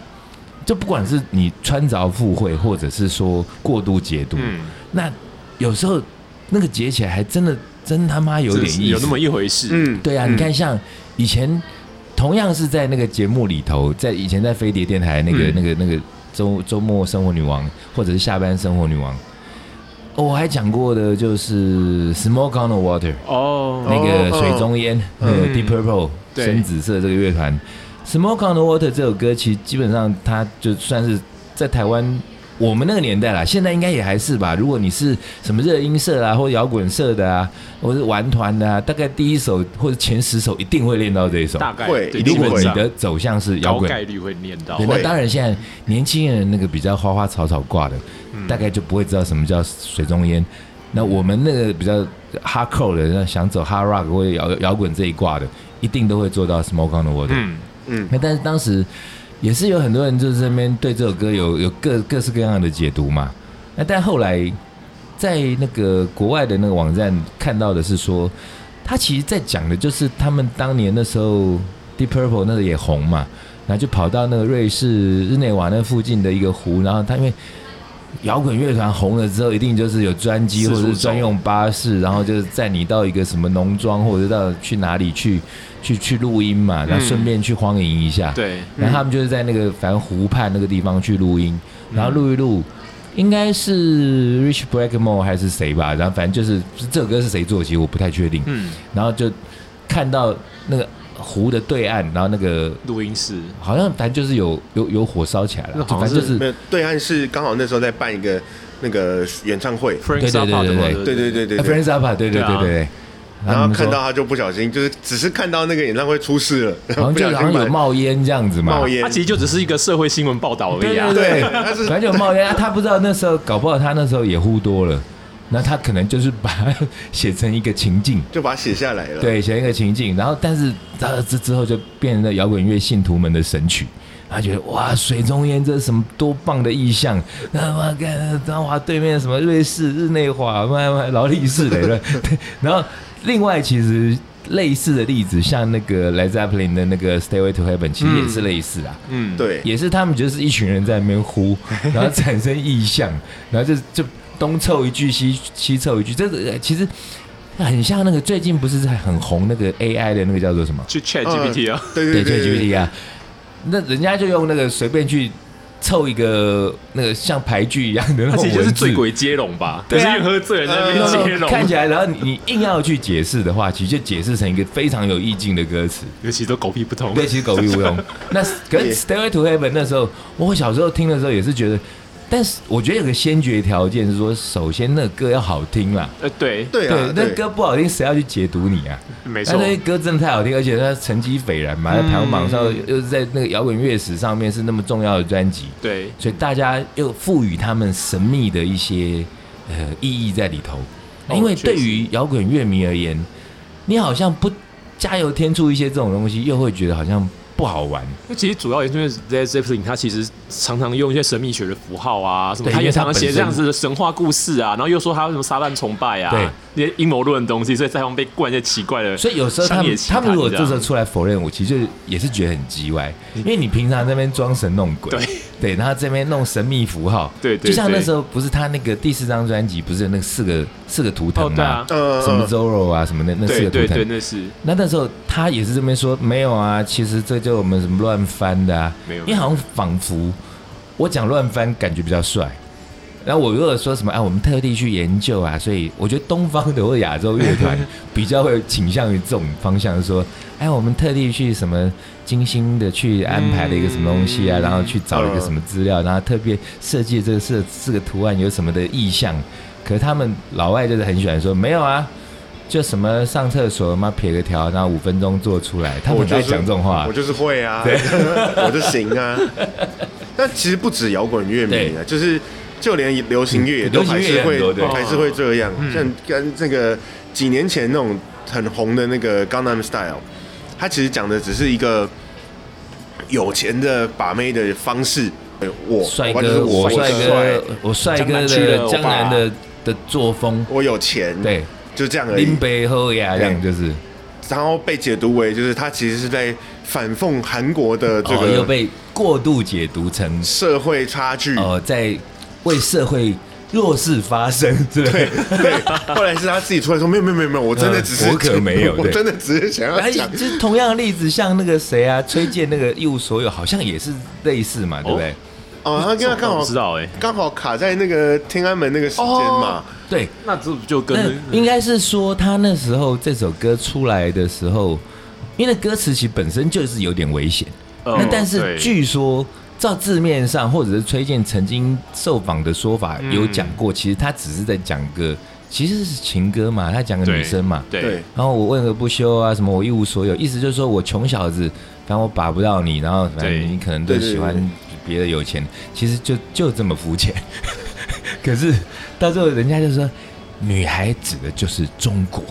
Speaker 3: 就不管是你穿着附会，或者是说过度解读，
Speaker 2: 嗯，
Speaker 3: 那有时候那个解起来还真的真他妈有点
Speaker 2: 这
Speaker 3: 意思，
Speaker 2: 有那么一回事。
Speaker 1: 嗯，
Speaker 3: 对啊，
Speaker 1: 嗯
Speaker 3: 你看像以前同样是在那个节目里头，在以前在飞碟电台那个、
Speaker 2: 嗯
Speaker 3: 那个那个周周末生活女王，或者是下班生活女王，哦我还讲过的就是 Smoke on the Water。
Speaker 2: 哦，
Speaker 3: 那个水中烟，
Speaker 1: 嗯
Speaker 3: 那个 Deep
Speaker 2: 嗯
Speaker 3: Purple
Speaker 2: 对
Speaker 3: 深紫色这个乐团，《Smoke on the Water》这首歌，其实基本上它就算是在台湾我们那个年代啦，现在应该也还是吧。如果你是什么热音社啊，或摇滚社的啊，或是玩团的啊，大概第一首或者前十首一定会练到这一首。
Speaker 2: 大概
Speaker 1: 会
Speaker 2: 对
Speaker 1: 一
Speaker 3: 如
Speaker 1: 定
Speaker 2: 基
Speaker 1: 会
Speaker 3: 果
Speaker 2: 本
Speaker 3: 你
Speaker 2: 上
Speaker 3: 的走向是摇
Speaker 2: 高
Speaker 3: 滚，
Speaker 2: 概率会念到
Speaker 3: 对，
Speaker 1: 会
Speaker 3: 那当然现在年轻人那个比较花花草草挂的，大概就不会知道什么叫水中烟。那我们那个比较 hardcore 的，那想走 hard rock 或者摇摇滚这一挂的，一定都会做到 smoke on the water。
Speaker 2: 嗯，
Speaker 1: 嗯，
Speaker 3: 哎那但是当时也是有很多人就是这边对这首歌有有各各式各样的解读嘛。那但后来在那个国外的那个网站看到的是说，他其实在讲的就是他们当年那时候 Deep Purple 那个也红嘛，然后就跑到那个瑞士日内瓦那附近的一个湖，然后他因为。摇滚乐团红了之后，一定就是有专机
Speaker 2: 四
Speaker 3: 或
Speaker 2: 处
Speaker 3: 者是专
Speaker 2: 走
Speaker 3: 用巴士，然后就是载你到一个什么农庄，或者是到去哪里去去去录音
Speaker 1: 嗯
Speaker 3: 嘛，然后顺便去荒营一下。
Speaker 2: 对，
Speaker 3: 然后他们就是在那个反正湖畔那个地方去录音，
Speaker 1: 嗯
Speaker 3: 然后录一录，应该是 Rich Blackmore 还是谁吧，然后反正就是这首歌是谁做，其实我不太确定。
Speaker 2: 嗯，
Speaker 3: 然后就看到那个湖的对岸，然后那个
Speaker 2: 录音室
Speaker 3: 好像反正就是有有有火烧起来
Speaker 2: 那
Speaker 3: 了，
Speaker 2: 好像
Speaker 3: 就反正就是
Speaker 1: 嗯没有对岸是刚好那时候在办一个那个演唱会，
Speaker 2: ，Frank
Speaker 3: 对对
Speaker 2: Zappa
Speaker 3: 对
Speaker 2: 的
Speaker 3: 对
Speaker 2: 嘛
Speaker 3: 对嗯
Speaker 1: 对对对对
Speaker 3: f r
Speaker 1: 对。
Speaker 3: i e n d s Up 啊，对对
Speaker 2: 对
Speaker 3: 对
Speaker 2: 啊
Speaker 3: 对对。
Speaker 1: 然后
Speaker 3: 他们说
Speaker 1: 看到他就不小心，就是只是看到那个演唱会出事了，然
Speaker 3: 好
Speaker 1: 后
Speaker 3: 像
Speaker 1: 不
Speaker 3: 就
Speaker 1: 小
Speaker 3: 好像
Speaker 1: 心
Speaker 3: 有
Speaker 1: 把
Speaker 3: 冒烟这样子嘛，
Speaker 1: 冒烟
Speaker 2: 他，其实就只是一个社会新闻报道而已啊。
Speaker 1: 对， 他是
Speaker 3: 反正有冒烟，啊他不知道那时候，搞不好他那时候也呼多了，那他可能就是把它写成一个情境，
Speaker 1: 就把它写下来了。，
Speaker 3: 对，写成一个情境，然后但是他这之后就变成了摇滚乐信徒们的神曲。他觉得哇，水中烟这是什么多棒的意象！那妈干，彰华对面什么瑞士、日内瓦、妈妈劳力士的，对。 然后另外其实类似的例子，像那个 Led Zeppelin 的那个《Stairway to Heaven》，其实也是类似啊。
Speaker 2: 嗯，
Speaker 1: 对
Speaker 3: 也是他们就是一群人在那 边呼，然后产生意象，然后就就东凑一句西西凑一句，这个呃其实很像那个最近不是在很红那个 AI 的那个叫做什么？
Speaker 2: 去 Chat
Speaker 1: 嗯
Speaker 2: GPT 啊，
Speaker 1: 对
Speaker 3: 对
Speaker 1: 对对对
Speaker 3: GPT 啊，那人家就用那个随便去凑一个那个像牌局一样的那
Speaker 2: 他
Speaker 3: 种
Speaker 2: 其
Speaker 3: 文
Speaker 2: 实就
Speaker 3: 字，
Speaker 2: 是醉鬼接龙吧？
Speaker 3: 对
Speaker 2: 就
Speaker 3: 啊
Speaker 2: 是因为喝醉了在那
Speaker 1: 嗯
Speaker 2: 边接龙，
Speaker 3: 看起来，然后你你硬要去解释的话，其实就解释成一个非常有意境的歌词。
Speaker 2: 尤其都狗屁不通。
Speaker 3: 对，其实狗屁不通。那可
Speaker 1: 对
Speaker 3: 是《Stairway to Heaven》那时候，我小时候听的时候也是觉得，但是我觉得有个先决条件是说，首先那个歌要好听啦。
Speaker 2: 呃，对，
Speaker 1: 对啊，
Speaker 3: 那
Speaker 1: 对
Speaker 3: 歌不好听，谁要去解读你啊？
Speaker 2: 没
Speaker 3: 那
Speaker 2: 错
Speaker 3: 那，些歌真的太好听，而且它成绩斐然嘛，在排行榜上又是在那个摇滚乐史上面是那么重要的专辑，
Speaker 2: 对，
Speaker 3: 所以大家又赋予他们神秘的一些呃意义在里头。
Speaker 2: 哦
Speaker 3: 因为
Speaker 2: 确
Speaker 3: 对
Speaker 2: 实
Speaker 3: 于摇滚乐迷而言，你好像不加油添醋一些这种东西，又会觉得好像不好玩。
Speaker 2: 那其实主要也是因为 Led Zeppelin 他其实常常用一些神秘学的符号啊，什么
Speaker 3: 对
Speaker 2: 他
Speaker 3: 因
Speaker 2: 也
Speaker 3: 为
Speaker 2: 常
Speaker 3: 他
Speaker 2: 常
Speaker 3: 本
Speaker 2: 写这
Speaker 3: 身
Speaker 2: 样子的神话故事啊，然后又说他什么撒旦崇拜
Speaker 3: 对
Speaker 2: 啊，那些阴谋论的东西，所以在他们被灌一些奇怪的
Speaker 3: 所以有时候他
Speaker 2: 商业
Speaker 3: 们
Speaker 2: 奇
Speaker 3: 他
Speaker 2: 谈这样，嗯
Speaker 3: 们如果这时候出来否认我，其实就也是觉得很叽歪，因为你平常在那边装神弄鬼，
Speaker 2: 对
Speaker 3: 对，然后这边弄神秘符号，
Speaker 2: 对对
Speaker 3: 就像那
Speaker 2: 对
Speaker 3: 时候不是他那个第四张专辑不是有那四个四个图腾
Speaker 2: 哦，对啊
Speaker 3: 吗？，
Speaker 1: 呃
Speaker 3: 什么 Zorro 啊，什么那那四
Speaker 2: 对
Speaker 3: 个
Speaker 2: 对
Speaker 3: 图
Speaker 2: 对，
Speaker 3: 腾，
Speaker 2: 那是
Speaker 3: 那那时候他也是这边说没有啊，其实这就我们什么乱翻的啊，
Speaker 2: 没有
Speaker 3: 因为好像仿佛我讲乱翻感觉比较帅。然后我如果说什么啊，我们特地去研究啊，所以我觉得东方的或亚洲乐 团比较会倾向于这种方向，说，哎，我们特地去什么精心的去安排了一个什么东西
Speaker 2: 嗯
Speaker 3: 啊，
Speaker 2: 哦
Speaker 3: 然后去找了一个什么资料，然后特别设计这个这这个图案有什么的意象。可是他们老外就是很喜欢说，没有啊，就什么上厕所妈撇个条，然后五分钟做出来，他
Speaker 1: 哦我
Speaker 3: 们
Speaker 1: 就
Speaker 3: 在
Speaker 1: 是
Speaker 3: 讲这种话
Speaker 1: 我。就是会啊， 我就行啊。但其实不止摇滚乐迷啊，就是就连流行乐也都
Speaker 3: 嗯流行
Speaker 1: 还
Speaker 3: 乐
Speaker 1: 是
Speaker 3: 也很多
Speaker 1: 会
Speaker 3: 对嗯
Speaker 1: 还是会这样，像跟那个几年前那种很红的那个《Gangnam Style》，它其实讲的只是一个有钱的把妹的方式。哎我
Speaker 3: 帅
Speaker 1: 我就是
Speaker 3: 哥，我帅
Speaker 1: 帅
Speaker 3: 哥，我帅
Speaker 2: 江
Speaker 3: 哥
Speaker 2: 南区的
Speaker 3: 的
Speaker 2: 欧
Speaker 3: 江
Speaker 2: 巴
Speaker 3: 南的的作风，
Speaker 1: 我有钱，，
Speaker 3: 对，
Speaker 1: 就这样而已
Speaker 3: 林。北后呀，这样就是，
Speaker 1: 然后被解读为就是他其实是在反讽韩国的这
Speaker 3: 哦，又
Speaker 1: 个
Speaker 3: 被过度解读成
Speaker 1: 社会差距。
Speaker 3: 哦，在为社会弱势发声， 对不
Speaker 1: 对
Speaker 3: 对？
Speaker 1: 对，后来是他自己出来说，没有没有没有没有，我真的只是、
Speaker 3: 嗯我可没 有
Speaker 1: 我
Speaker 3: 对
Speaker 1: 真的只是想要
Speaker 3: 哎，
Speaker 1: 讲，
Speaker 3: 就是同样的例子，像那个谁啊，崔健那个一无所有，好像也是类似嘛，对不对？
Speaker 1: 哦，他跟他刚
Speaker 2: 我
Speaker 1: 好
Speaker 2: 不知道哎，
Speaker 1: 刚好卡在那个天安门那个时间嘛，
Speaker 3: 对，
Speaker 2: 那这就跟
Speaker 3: 那应该是说他那时候这首歌出来的时候，因为歌词其实本身就是有点危险。
Speaker 2: 呃
Speaker 3: 那但是
Speaker 2: 对
Speaker 3: 据说照字面上，或者是崔健曾经受访的说法
Speaker 2: 嗯
Speaker 3: 有讲过，其实他只是在讲个其实是情歌嘛，他讲个女生嘛。
Speaker 2: 对，
Speaker 3: 然后我问个不休啊，什么我一无所有，意思就是说我穷小子，然后我把不到你，然后反
Speaker 2: 对
Speaker 3: 正你可能都
Speaker 1: 对对
Speaker 3: 喜欢
Speaker 1: 对
Speaker 3: 别的有钱，其实就就这么肤浅。可是到最后人家就说，女孩指的就是中国。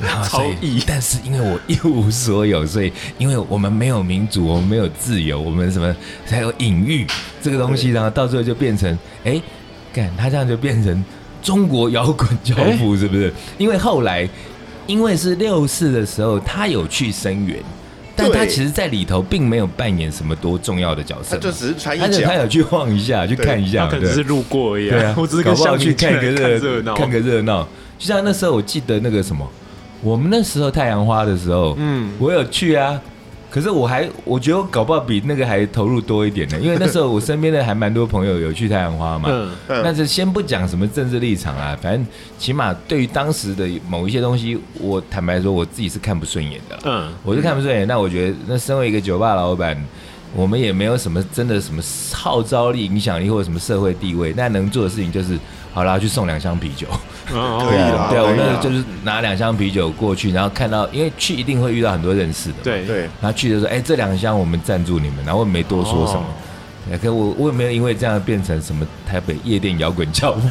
Speaker 3: 然后啊所
Speaker 2: 超意
Speaker 3: 以，但是因为我一无所有，所以因为我们没有民主，我们没有自由，我们什么才有隐喻这个东西，然后到最后就变成，哎，看他这样就变成中国摇滚教父，是不是？因为后来，因为是六四的时候，他有去声援，但他
Speaker 1: 对
Speaker 3: 其实在里头并没有扮演什么多重要的角色
Speaker 1: 他
Speaker 3: 嘛，
Speaker 1: 就只是穿一
Speaker 3: 他就
Speaker 1: 脚
Speaker 3: 他，有去晃一下，去
Speaker 1: 对
Speaker 3: 看一下
Speaker 2: 他
Speaker 3: 嘛，
Speaker 2: 可能只
Speaker 3: 对
Speaker 2: 是路过而已
Speaker 3: 对啊啊
Speaker 2: 啊，，我只是
Speaker 3: 搞
Speaker 2: 跟
Speaker 3: 不好
Speaker 2: 下
Speaker 3: 去
Speaker 2: 看
Speaker 3: 看个
Speaker 2: 热
Speaker 3: 热
Speaker 2: 闹，
Speaker 3: 看个热闹。就像那时候，我记得那个什么，我们那时候太阳花的时候，
Speaker 2: 嗯
Speaker 3: 嗯，我有去啊。可是我还，我觉得我搞不好比那个还投入多一点呢，因为那时候我身边的还蛮多朋友有去太阳花嘛。
Speaker 2: 嗯
Speaker 1: 嗯
Speaker 3: 但是先不讲什么政治立场啊，反正起码对于当时的某一些东西，我坦白说我自己是看不顺眼的啦。
Speaker 2: 嗯，
Speaker 3: 我是看不顺眼。那我觉得，那身为一个酒吧老板，我们也没有什么真的什么号召力、影响力或者什么社会地位。那能做的事情就是，好啦，去送两箱啤酒。
Speaker 2: 可
Speaker 1: 可以啦
Speaker 3: 对
Speaker 1: 可
Speaker 3: 啊，我
Speaker 1: 以啦
Speaker 3: 那个就是拿两箱啤酒过去，然后看到，因为去一定会遇到很多认识的。。
Speaker 2: 对
Speaker 1: 对，
Speaker 3: 然后去的时候，哎，这两箱我们赞助你们，然后我也没多说什么。哎可我我也没有因为这样变成什么台北夜店摇滚教父，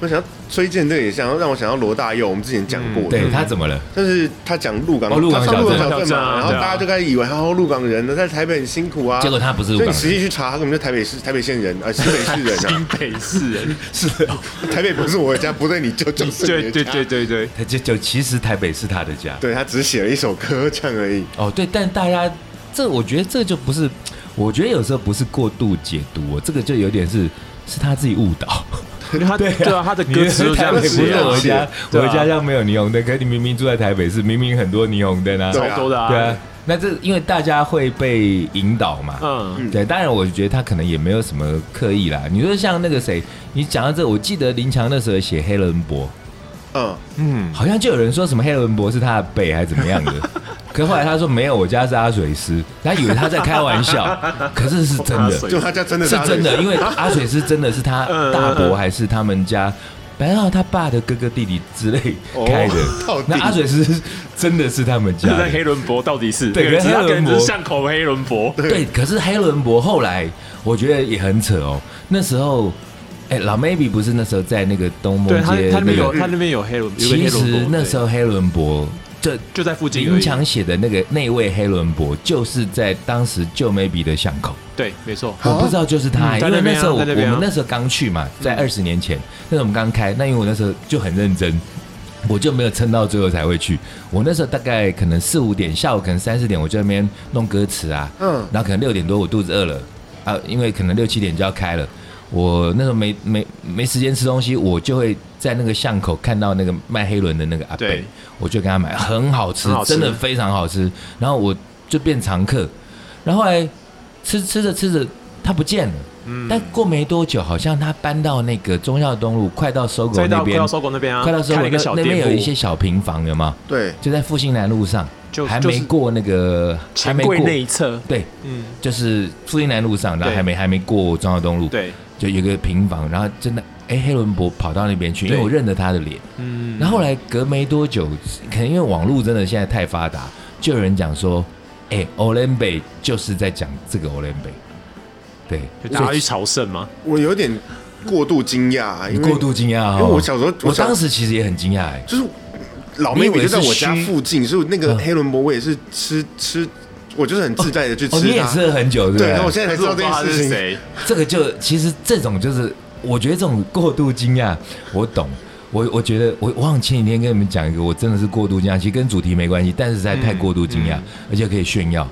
Speaker 1: 我想要崔健这个也想让我想到罗大佑，我们之前讲过的。
Speaker 3: 对他怎么了？
Speaker 1: 但是他讲鹿港，
Speaker 3: 哦鹿港
Speaker 1: 他上鹿港
Speaker 3: 小
Speaker 1: 小
Speaker 2: 镇
Speaker 1: 镇嘛，
Speaker 2: 对啊
Speaker 1: 然后大家就开始以为他是鹿港人呢，在台北很辛苦啊。
Speaker 3: 结果他不是鹿
Speaker 1: 所以
Speaker 3: 港
Speaker 1: 你实
Speaker 3: 人，
Speaker 1: 际去查，他根本就台北市、台北县人， 呃，新北市人
Speaker 2: 新
Speaker 1: 啊。
Speaker 2: 北市，哎
Speaker 3: 是啊
Speaker 1: 台北不是我的家，不对，你就就是
Speaker 2: 对
Speaker 1: 你的
Speaker 2: 对
Speaker 1: 家
Speaker 2: 对对对，
Speaker 3: 他就就其实台北是他的家。
Speaker 1: 对，他只是写了一首歌这样而已。
Speaker 3: 哦，对，但大家这，我觉得这就不是，我觉得有时候不是过度解读、哦，这个就有点是是他自己误导。
Speaker 2: 因为他对啊，他的
Speaker 3: 你
Speaker 2: 歌词就这
Speaker 3: 台
Speaker 2: 样
Speaker 3: 北不
Speaker 2: 写
Speaker 3: 是
Speaker 2: 啊
Speaker 3: 我，家，
Speaker 2: 对啊
Speaker 3: 我家乡没有霓虹灯，可是你明明住在台北市，明明很多霓虹灯啊。
Speaker 1: 对
Speaker 2: 超多的
Speaker 3: 对啊，，那这因为大家会被引导嘛。
Speaker 2: 嗯，
Speaker 3: 对，当然我觉得他可能也没有什么刻意啦。你说像那个谁，你讲到这，我记得林强那时候写黑人博，
Speaker 1: 嗯，
Speaker 2: 嗯，
Speaker 3: 好像就有人说什么黑伦博是他的背还是怎么样的， 可后来他说没有，我家是阿水师，他以为他在开 玩笑，可是是真
Speaker 2: 阿
Speaker 3: 的
Speaker 2: 水，
Speaker 1: 就他家真的
Speaker 3: 是
Speaker 1: 阿水
Speaker 3: 真的，因为阿水师真的是他
Speaker 2: 嗯嗯嗯
Speaker 3: 大伯还是他们家，反正他爸的哥哥弟弟之类
Speaker 1: 哦
Speaker 3: 开的，
Speaker 1: 到底
Speaker 3: 那阿水师真的是他们
Speaker 2: 就
Speaker 3: 家的，
Speaker 2: 在黑伦博到底是
Speaker 3: 对
Speaker 2: 啊可是他
Speaker 3: 黑
Speaker 2: 可
Speaker 3: 伦
Speaker 2: 能
Speaker 3: 博
Speaker 2: 只是巷口黑伦博，
Speaker 3: 对，可是黑伦博后来我觉得也很扯哦，那时候，哎，老 maybe 不是那时候在那个东
Speaker 2: 对
Speaker 3: 梦
Speaker 2: 他
Speaker 3: 街
Speaker 2: 他那
Speaker 3: 那
Speaker 2: 边有
Speaker 3: 个，
Speaker 2: 他那边有黑伦，有个
Speaker 3: 其
Speaker 2: 黑伦
Speaker 3: 实
Speaker 2: 博
Speaker 3: 那时候黑伦博这。
Speaker 2: 对就在附近而
Speaker 3: 林
Speaker 2: 已，
Speaker 3: 强写的那个那位黑伦博，就是在当时旧 maybe 的巷口，
Speaker 2: 对，没错，
Speaker 1: 啊
Speaker 3: 我不知道就是他，
Speaker 2: 嗯在
Speaker 3: 因
Speaker 2: 那
Speaker 3: 为
Speaker 2: 边啊
Speaker 3: 那时候我
Speaker 2: 在那
Speaker 3: 我
Speaker 2: 边啊嗯
Speaker 3: 们那时候刚去嘛，在二十年前，那时候我们刚开，那因为我那时候就很认真。我就没有撑到最后才会去。我那时候大概可能四五点，下午可能三四点，我就在那边弄歌词啊。
Speaker 1: 嗯
Speaker 3: 然后可能六点多我肚子饿了啊，因为可能六七点就要开了。我那时候没没没时间吃东西，我就会在那个巷口看到那个卖黑轮的那个阿伯
Speaker 2: 对，
Speaker 3: 我就跟他买，很好吃，
Speaker 2: 很好吃
Speaker 3: 真的非常好吃。然后我就变常客，然后后来吃吃着吃着，他不见了。
Speaker 2: 嗯
Speaker 3: 但过没多久，好像他搬到那个中孝东路，快到搜狗
Speaker 2: 再
Speaker 3: 那
Speaker 2: 到快
Speaker 3: 边
Speaker 2: 到，搜狗那边啊，
Speaker 3: 快到搜
Speaker 2: 开
Speaker 3: 狗
Speaker 2: 了一
Speaker 3: 那
Speaker 2: 个小
Speaker 3: 那
Speaker 2: 店
Speaker 3: 边有
Speaker 2: 铺
Speaker 3: 一些小平房，有吗？
Speaker 1: 对，
Speaker 3: 就在复兴南路上，
Speaker 2: 就
Speaker 3: 还
Speaker 2: 就是
Speaker 3: 没过那个，还
Speaker 2: 钱
Speaker 3: 没
Speaker 2: 柜
Speaker 3: 过，
Speaker 2: 那一侧，
Speaker 3: 对，
Speaker 2: 嗯，
Speaker 3: 就是复兴南路上，然后
Speaker 2: 对
Speaker 3: 还没还没过中孝东路，
Speaker 2: 对，
Speaker 3: 就有一个平房，然后真的哎、黑伦博跑到那边去，因为
Speaker 2: 对
Speaker 3: 我认得他的脸。
Speaker 2: 嗯
Speaker 3: 然后后来隔没多久，可能因为网络真的现在太发达，就有人讲说，哎、o l a n b e 就是在讲这个 o l a n b e 对，
Speaker 2: 就大家去朝圣嘛，
Speaker 1: 我有点过度惊讶，
Speaker 3: 你
Speaker 1: 因为
Speaker 3: 过度惊讶哈。
Speaker 1: 因为我小时候
Speaker 3: 我
Speaker 1: 我小
Speaker 3: 当时其实也很惊讶、哎，
Speaker 1: 就是老妹
Speaker 3: 你以
Speaker 1: 妹
Speaker 3: 为
Speaker 1: 就在
Speaker 3: 是
Speaker 1: 我家
Speaker 3: 虚
Speaker 1: 附近，所以那个
Speaker 3: 嗯
Speaker 1: 黑轮博我也是吃吃，我就是很自在的去
Speaker 3: 哦，你
Speaker 1: 吃
Speaker 3: 也
Speaker 1: 它。
Speaker 3: 吃了很久，对不
Speaker 1: 对，
Speaker 3: 对
Speaker 1: 然后？我现在才
Speaker 2: 但
Speaker 1: 知
Speaker 2: 是我
Speaker 1: 道
Speaker 2: 不
Speaker 1: 这件
Speaker 2: 知道他是
Speaker 1: 事情。
Speaker 2: 谁，
Speaker 3: 这个就其实这种就是，我觉得这种过度惊讶，我懂。我我觉得我我好像前几天跟你们讲一个，我真的是过度惊讶，其实跟主题没关系，但是实在太过度惊讶，
Speaker 2: 嗯嗯
Speaker 3: 而且可以炫耀。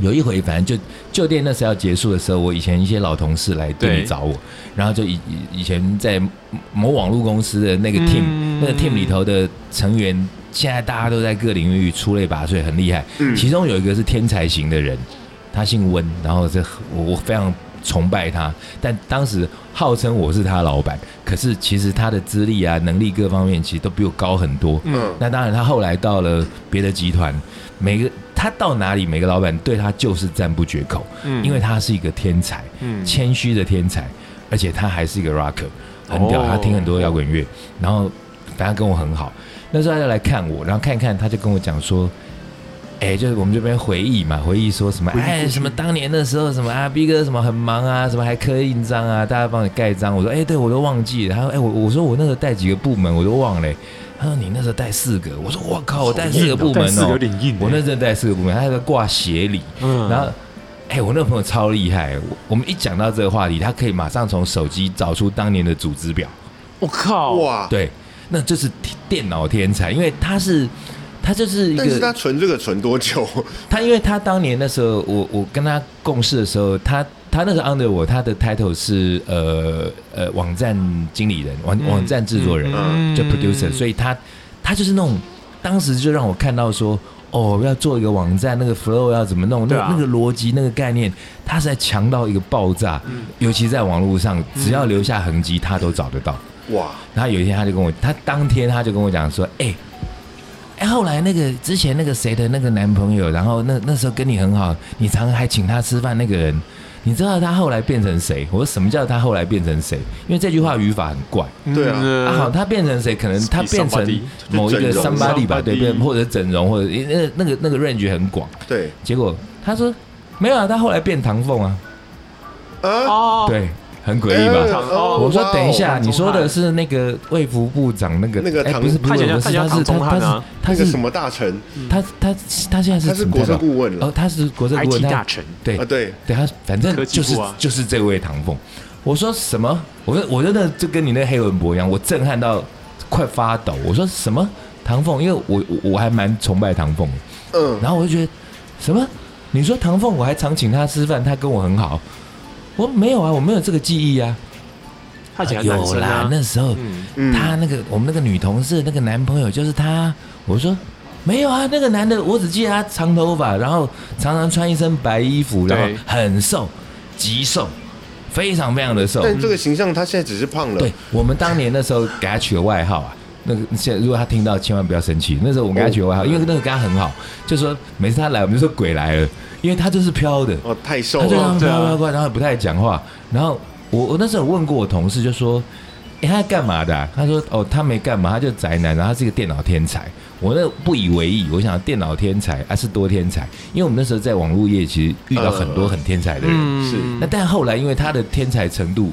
Speaker 3: 有一回，反正就旧店那时候要结束的时候，我以前一些老同事来店里
Speaker 2: 对
Speaker 3: 找我，然后就以以以前在某网络公司的那个 team，、
Speaker 2: 嗯
Speaker 3: 那个 team 里头的成员，现在大家都在各领域出类拔萃，很厉害。
Speaker 1: 嗯
Speaker 3: 其中有一个是天才型的人，他姓温，然后这我我非常崇拜他，但当时号称我是他老板，可是其实他的资历啊、能力各方面其实都比我高很多。
Speaker 1: 嗯，
Speaker 3: 那当然，他后来到了别的集团，每个他到哪里，每个老板对他就是赞不绝口，
Speaker 2: 嗯
Speaker 3: 因为他是一个天才，
Speaker 2: 嗯
Speaker 3: 谦虚的天才，而且他还是一个 rocker，很屌，
Speaker 2: 哦
Speaker 3: 他听很多摇滚乐，然后反正跟我很好。那时候他就来看我，然后看一看，他就跟我讲说。哎、就是我们这边回忆嘛，回忆说什么？哎，
Speaker 2: 嗯
Speaker 3: 什么当年的时候，什么啊逼哥什么很忙啊，什么还刻印章啊，大家帮你盖章。我说，哎、对我都忘记了。他说，哎、我我说我那时候带几个部门，我都忘了、他说你那时候带四个，我说我靠，我带四个部门
Speaker 2: 但是
Speaker 3: 哦、
Speaker 2: 有点硬欸，
Speaker 3: 我那时候带四个部门，他还在挂协理，
Speaker 2: 嗯
Speaker 3: 然后，哎、我那个朋友超厉害，我我们一讲到这个话题，他可以马上从手机找出当年的组织表。
Speaker 2: 我靠，
Speaker 1: 哇！
Speaker 3: 嗯对，那这是电脑天才，因为他是他就是一
Speaker 1: 但是
Speaker 3: 个
Speaker 1: 他存这个存多久？
Speaker 3: 他，因为他当年那时候，我我跟他共事的时候，他他那时候 under 我，他的 title 是呃呃网站经理人，网、
Speaker 2: 嗯
Speaker 3: 网站制作人，
Speaker 2: 嗯
Speaker 3: 就 producer，所以他他就是那种当时就让我看到说。哦，要做一个网站，那个 flow 要怎么弄？那
Speaker 2: 对啊
Speaker 3: 那个逻辑、那个概念，他实在强到一个爆炸。
Speaker 2: 嗯
Speaker 3: 尤其在网络上，只要留下痕迹，他都找得到。
Speaker 1: 哇！
Speaker 3: 然后有一天他就跟我，他当天他就跟我讲说，哎、哎、后来那个之前那个谁的那个男朋友，然后那那时候跟你很好，你常常还请他吃饭那个人，你知道他后来变成谁？我说什么叫他后来变成谁？因为这句话语法很怪。
Speaker 2: 嗯
Speaker 1: 对啊
Speaker 3: 啊，好，他变成谁？可能他
Speaker 2: Be
Speaker 3: 变成
Speaker 2: somebody
Speaker 3: 某一个
Speaker 1: 就整容
Speaker 3: somebody 吧，
Speaker 2: somebody
Speaker 3: 对，变或者整容，或者那那个那个 range 很广。
Speaker 1: 对
Speaker 3: 结果他说没有啊，他后来变唐凤啊，
Speaker 1: 啊，
Speaker 2: 哦，
Speaker 3: 对，很诡异吧？
Speaker 1: 哎
Speaker 2: 哦
Speaker 3: 我说
Speaker 1: 哇哦
Speaker 3: 等一下，
Speaker 2: 唐宗
Speaker 3: 你说
Speaker 2: 翰
Speaker 3: 的是那个卫福部长那个
Speaker 1: 那个
Speaker 3: 哎
Speaker 1: 唐
Speaker 3: 不是不是
Speaker 2: 他
Speaker 3: 卫
Speaker 2: 以前
Speaker 3: 福，
Speaker 2: 他
Speaker 3: 是
Speaker 2: 以前
Speaker 3: 他
Speaker 2: 唐
Speaker 3: 是
Speaker 2: 宗翰
Speaker 3: 他
Speaker 2: 啊
Speaker 3: 他
Speaker 1: 那个
Speaker 3: 是
Speaker 1: 什么大臣
Speaker 3: 他他他现在是
Speaker 1: 他是
Speaker 3: 什么
Speaker 1: 国
Speaker 3: 代
Speaker 1: 政
Speaker 3: 表
Speaker 1: 顾问了
Speaker 3: 哦，他是国政顾问
Speaker 2: IT
Speaker 3: 他
Speaker 2: 大臣
Speaker 3: 对
Speaker 1: 啊？对，
Speaker 3: 对他反正
Speaker 2: 科技
Speaker 3: 就是
Speaker 2: 部啊
Speaker 3: 就是这位唐凤。我说什么？我说我真的就跟你那黑文博一样，我震撼到快发抖。我说什么唐凤？因为我我我还蛮崇拜唐凤的，
Speaker 1: 嗯，
Speaker 3: 然后我就觉得什么？你说唐凤，我还常请他吃饭，他跟我很好。我说没有啊，我没有这个记忆啊。
Speaker 2: 他以前还男
Speaker 3: 有
Speaker 2: 生
Speaker 3: 啦
Speaker 2: 啊，，
Speaker 3: 那时候
Speaker 2: 嗯
Speaker 1: 嗯
Speaker 3: 他那个我们那个女同事那个男朋友就是他，我说没有啊，那个男的我只记得他长头发，然后常常穿一身白衣服，然
Speaker 2: 对
Speaker 3: 后很瘦，极瘦，非常非常的瘦。
Speaker 1: 但这个形象他现在只是胖了
Speaker 3: 对。我们当年那时候给他取个外号啊，那个现在如果他听到千万不要生气，那时候我们给他取个外号，因为那个跟他很好，就说每次他来我们就说鬼来了，因为他就是飘的，
Speaker 1: 哦，太瘦
Speaker 3: 他就让
Speaker 1: 了。
Speaker 3: 他
Speaker 2: 对啊
Speaker 3: 飘飘飘，然后也不太讲话。然后我我那时候有问过我同事，就说：“哎、他干嘛的啊、他说：“哦，他没干嘛，他就宅男，然后他是一个电脑天才。”我那不以为意，我想电脑天才啊是多天才，因为我们那时候在网络业其实遇到很多很天才的人。
Speaker 2: 嗯
Speaker 1: 是
Speaker 3: 那但后来因为他的天才程度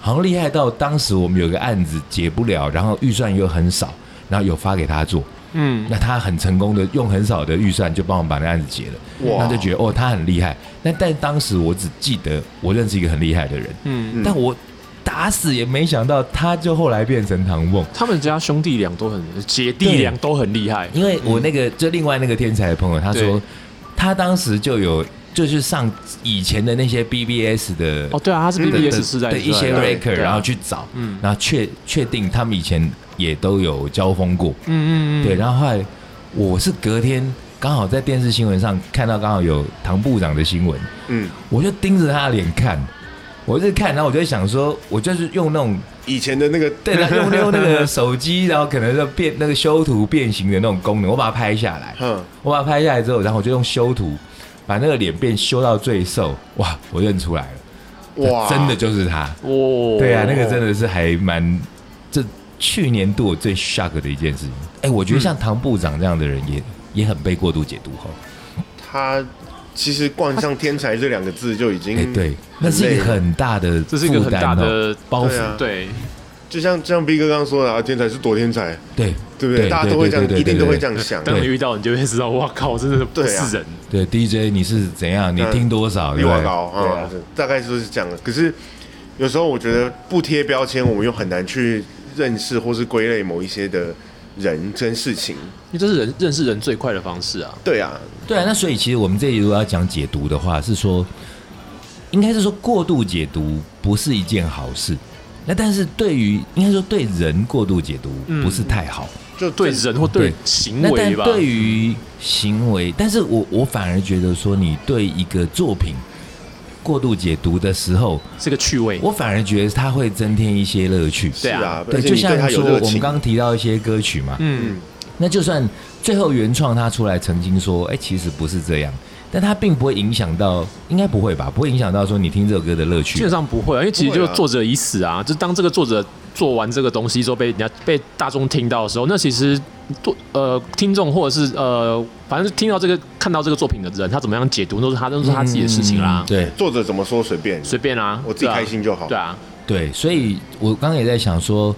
Speaker 3: 好像厉害到当时我们有个案子解不了，然后预算又很少，然后有发给他做。
Speaker 2: 嗯，
Speaker 3: 那他很成功的用很少的预算就帮我们把那案子结了，
Speaker 1: 哇
Speaker 3: 那就觉得哦他很厉害。那但当时我只记得我认识一个很厉害的人，
Speaker 2: 嗯，
Speaker 3: 但我打死也没想到他就后来变成唐凤，
Speaker 2: 他们家兄弟俩都很姐弟
Speaker 3: 对
Speaker 2: 俩都很厉害，
Speaker 3: 因为我那个就另外那个天才的朋友他说
Speaker 2: 嗯对
Speaker 3: 他当时就有就是上以前的那些 BBS 的
Speaker 2: 哦，对啊，他是
Speaker 3: 的
Speaker 2: BBS 时代
Speaker 3: 的一些
Speaker 1: 出来的
Speaker 3: raker，
Speaker 2: 对啊
Speaker 3: 然后去找，
Speaker 2: 嗯
Speaker 3: 然后确确定他们以前也都有交锋过，
Speaker 2: 嗯嗯嗯，
Speaker 3: 对，然后后来我是隔天刚好在电视新闻上看到刚好有唐部长的新闻，
Speaker 1: 嗯，
Speaker 3: 我就盯着他的脸看，我就看，然后我就想说，我就是用那种
Speaker 1: 以前的那个
Speaker 3: 对，然后用用那个手机，然后可能就变那个修图变形的那种功能，我把它拍下来，
Speaker 1: 嗯
Speaker 3: 我把它拍下来之后，然后我就用修图把那个脸变修到最瘦，哇，我认出来了。
Speaker 1: 哇
Speaker 3: 真的就是他。
Speaker 2: 哦，
Speaker 3: 对啊，那个真的是还蛮，这去年度我最 shock 的一件事情。哎，我觉得像唐部长这样的人也、也很被过度解读哈。
Speaker 1: 他其实冠上“天才”这两个字就已经
Speaker 3: 哎，对，那是一个很大的，
Speaker 2: 这是一个嗯很大的
Speaker 3: 包
Speaker 1: 对
Speaker 3: 袱
Speaker 1: 啊。
Speaker 2: 对，
Speaker 1: 就像就像 B 哥刚刚说的啊，天才是躲天才，
Speaker 3: 对
Speaker 1: 对啊不对？大家都会这样，一定都会这。样想。
Speaker 2: 当你遇到，你就会知道，哇靠，真的不
Speaker 1: 对啊
Speaker 2: 是人。
Speaker 3: 对 DJ，你是怎样？你听多少？
Speaker 1: 比
Speaker 3: 对不
Speaker 1: 我
Speaker 3: 对
Speaker 1: 高
Speaker 3: 对
Speaker 1: 啊
Speaker 3: 啊，
Speaker 1: 是大概就是这样的。可是有时候我觉得不贴标签，我们又很难去认识或是归类某一些的人跟事情。
Speaker 2: 因为这是人认识人最快的方式啊。
Speaker 1: 对啊，
Speaker 3: 对啊，那所以其实我们这里如果要讲解读的话，是说，应该是说过度解读不是一件好事。那但是对于应该说对人过度解读
Speaker 2: 嗯
Speaker 3: 不是太好，
Speaker 1: 就啊
Speaker 2: 对人或对
Speaker 3: 对
Speaker 2: 行
Speaker 3: 那但
Speaker 2: 为吧，
Speaker 3: 对于行为，但是我我反而觉得说，你对一个作品过度解读的时候，
Speaker 2: 是个趣味。
Speaker 3: 我反而觉得它会增添一些乐趣。
Speaker 1: 是啊，
Speaker 3: 对，
Speaker 1: 而且
Speaker 3: 就
Speaker 1: 你对
Speaker 3: 像
Speaker 1: 他
Speaker 3: 说
Speaker 1: 有
Speaker 3: 我
Speaker 1: 热
Speaker 3: 们
Speaker 1: 情，
Speaker 3: 刚刚提到一些歌曲嘛，
Speaker 2: 嗯，
Speaker 3: 那就算最后原创他出来曾经说，哎、其实不是这样，但他并不会影响到，应该不会吧？不会影响到说你听这首歌的乐
Speaker 2: 基
Speaker 3: 趣
Speaker 2: 本。上不会啊，因为其实就
Speaker 1: 不会啊
Speaker 2: 作者已死啊，就当这个作者做完这个东西之后被人家被大众听到的时候，那其实作呃听众或者是呃反正听到这个看到这个作品的人，他怎么样解读都是他都是他自己的事情啦
Speaker 3: 嗯，对
Speaker 1: 作者怎么说随便，
Speaker 2: 随便啦，
Speaker 1: 我自己
Speaker 2: 对啊
Speaker 1: 开心就好
Speaker 2: 对啊，
Speaker 3: 对，所以我刚刚也在想说，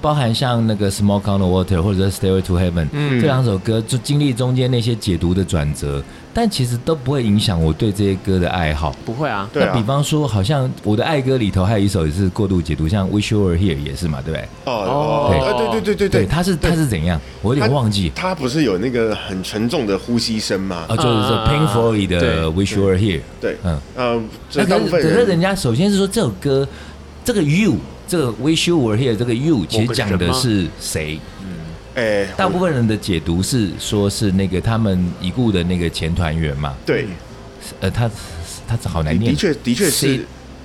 Speaker 3: 包含像那个《Smoke on the Water》或者《Stairway to Heaven》
Speaker 2: 嗯
Speaker 3: 这两首歌，就经历中间那些解读的转折，但其实都不会影响我对这些歌的爱好。
Speaker 2: 不会啊，
Speaker 1: 对
Speaker 3: 那比
Speaker 1: 啊，
Speaker 3: 方说，好像我的爱歌里头还有一首也是过度解读，像《Wish You Were Here》也是嘛，对不对？
Speaker 1: 哦哦，对对对对对，
Speaker 3: 它是它是怎样？我有点
Speaker 1: 它
Speaker 3: 忘记。
Speaker 1: 他不是有那个很沉重的呼吸声吗？
Speaker 3: 啊，就是说
Speaker 2: 啊
Speaker 3: Pink Floyd
Speaker 2: 对
Speaker 3: 的《Wish You Were Here》。
Speaker 1: 对，
Speaker 3: 嗯，
Speaker 1: 呃，这
Speaker 3: 那
Speaker 1: 大
Speaker 3: 可
Speaker 1: 部
Speaker 3: 是
Speaker 1: 分
Speaker 3: 可是人
Speaker 1: 人
Speaker 3: 家首先是说这首歌，这个 You，这个 Wish You Were Here，这个 You 其实讲的是谁？
Speaker 1: 哎，
Speaker 3: 大部分人的解读是说是那个他们已故的那个前团员嘛，
Speaker 1: 对，
Speaker 3: 呃，他他好难念，
Speaker 1: 的确的确是
Speaker 3: Sid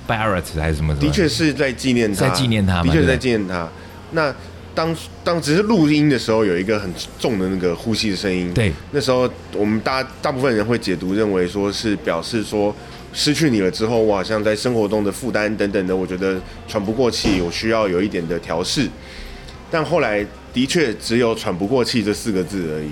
Speaker 3: Barrett 还是什么什么，
Speaker 1: 的确是在纪念他，
Speaker 3: 在纪念他嘛
Speaker 1: 的确是
Speaker 3: 对
Speaker 1: 在纪念他。那当当只是录音的时候，有一个很重的那个呼吸的声音，
Speaker 3: 对，
Speaker 1: 那时候我们大大部分人会解读认为说是表示说失去你了之后，我好像在生活中的负担等等的，我觉得喘不过气，我需要有一点的调试。但后来的确只有喘不过气这四个字而已，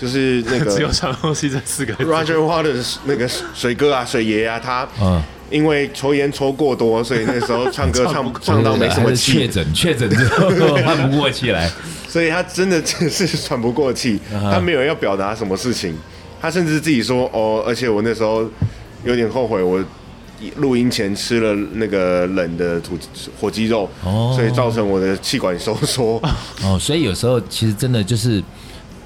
Speaker 1: 就是那 个
Speaker 2: 只有长东西这四个字
Speaker 1: Roger Waters 那个水哥啊、水爷啊，他
Speaker 3: 嗯。
Speaker 1: 因为抽烟抽过多，所以那时候 唱歌唱唱到没什么
Speaker 3: 还是确
Speaker 1: 气，
Speaker 3: 诊，确诊之后看不过起 来，
Speaker 1: 所以他真的真是喘不过气。
Speaker 3: 哈
Speaker 1: 他没有要表达什么事情，他甚至自己说哦，而且我那时候有点后悔，我录音前吃了那个冷的土火鸡肉，
Speaker 3: 哦
Speaker 1: 所以造成我的气管收缩。
Speaker 3: 哦，所以有时候其实真的就是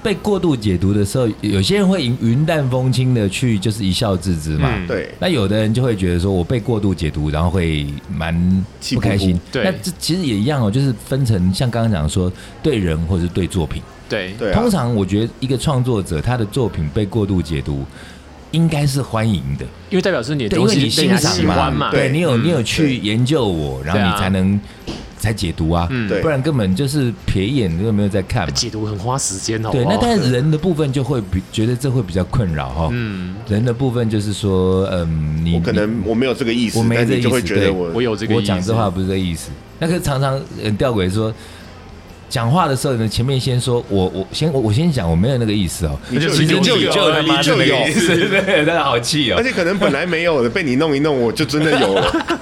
Speaker 3: 被过度解读的时候，有些人会云云淡风轻的去就是一笑置之嘛。
Speaker 2: 嗯
Speaker 1: 对，
Speaker 3: 那有的人就会觉得说，我被过度解读，然后会蛮
Speaker 1: 气
Speaker 3: 不
Speaker 1: 呼呼
Speaker 3: 开心。
Speaker 2: 对
Speaker 3: 那这其实也一样哦，就是分成像刚刚讲说，对人或者是对作品。
Speaker 2: 对
Speaker 1: 对啊
Speaker 3: 通常我觉得一个创作者他的作品被过度解读，应该是欢迎的。
Speaker 2: 因为代表是你的
Speaker 3: 对，因
Speaker 2: 东西
Speaker 3: 为你
Speaker 2: 被
Speaker 3: 欣
Speaker 2: 人家
Speaker 3: 赏
Speaker 2: 喜欢嘛，
Speaker 3: 对
Speaker 1: 对
Speaker 3: 你有
Speaker 2: 嗯
Speaker 3: 你有去研究我，然
Speaker 2: 对
Speaker 3: 后
Speaker 2: 啊
Speaker 3: 你才能才解读啊，
Speaker 2: 嗯
Speaker 1: 对
Speaker 3: 不然根本就是瞥眼都没有在看嘛。
Speaker 2: 解读很花时间哦。
Speaker 3: 对，那但是人的部分就会比觉得这会比较困扰哈。
Speaker 2: 嗯，
Speaker 3: 人的部分就是说，嗯，你
Speaker 1: 我可能
Speaker 3: 你
Speaker 1: 我没有这个意思，
Speaker 3: 我没
Speaker 1: 但
Speaker 3: 这
Speaker 1: 你就
Speaker 3: 意
Speaker 1: 会
Speaker 3: 思
Speaker 1: 觉
Speaker 3: 对
Speaker 1: 得我
Speaker 2: 我有这个意
Speaker 3: 我
Speaker 2: 思，
Speaker 3: 讲这话不是这意思。那个常常很吊诡说，讲话的时候呢，前面先说我我先我我先讲我没有那个意思哦，
Speaker 1: 你就
Speaker 2: 你就
Speaker 1: 你就
Speaker 2: 有
Speaker 1: 有
Speaker 2: 了
Speaker 1: 了，
Speaker 2: 妈
Speaker 1: 你
Speaker 2: 的
Speaker 1: 就
Speaker 2: 那个
Speaker 1: 有。
Speaker 2: 意思
Speaker 3: 对，他好气哦
Speaker 1: 而。且可能本来没有的，被你弄一弄，我就真的有了。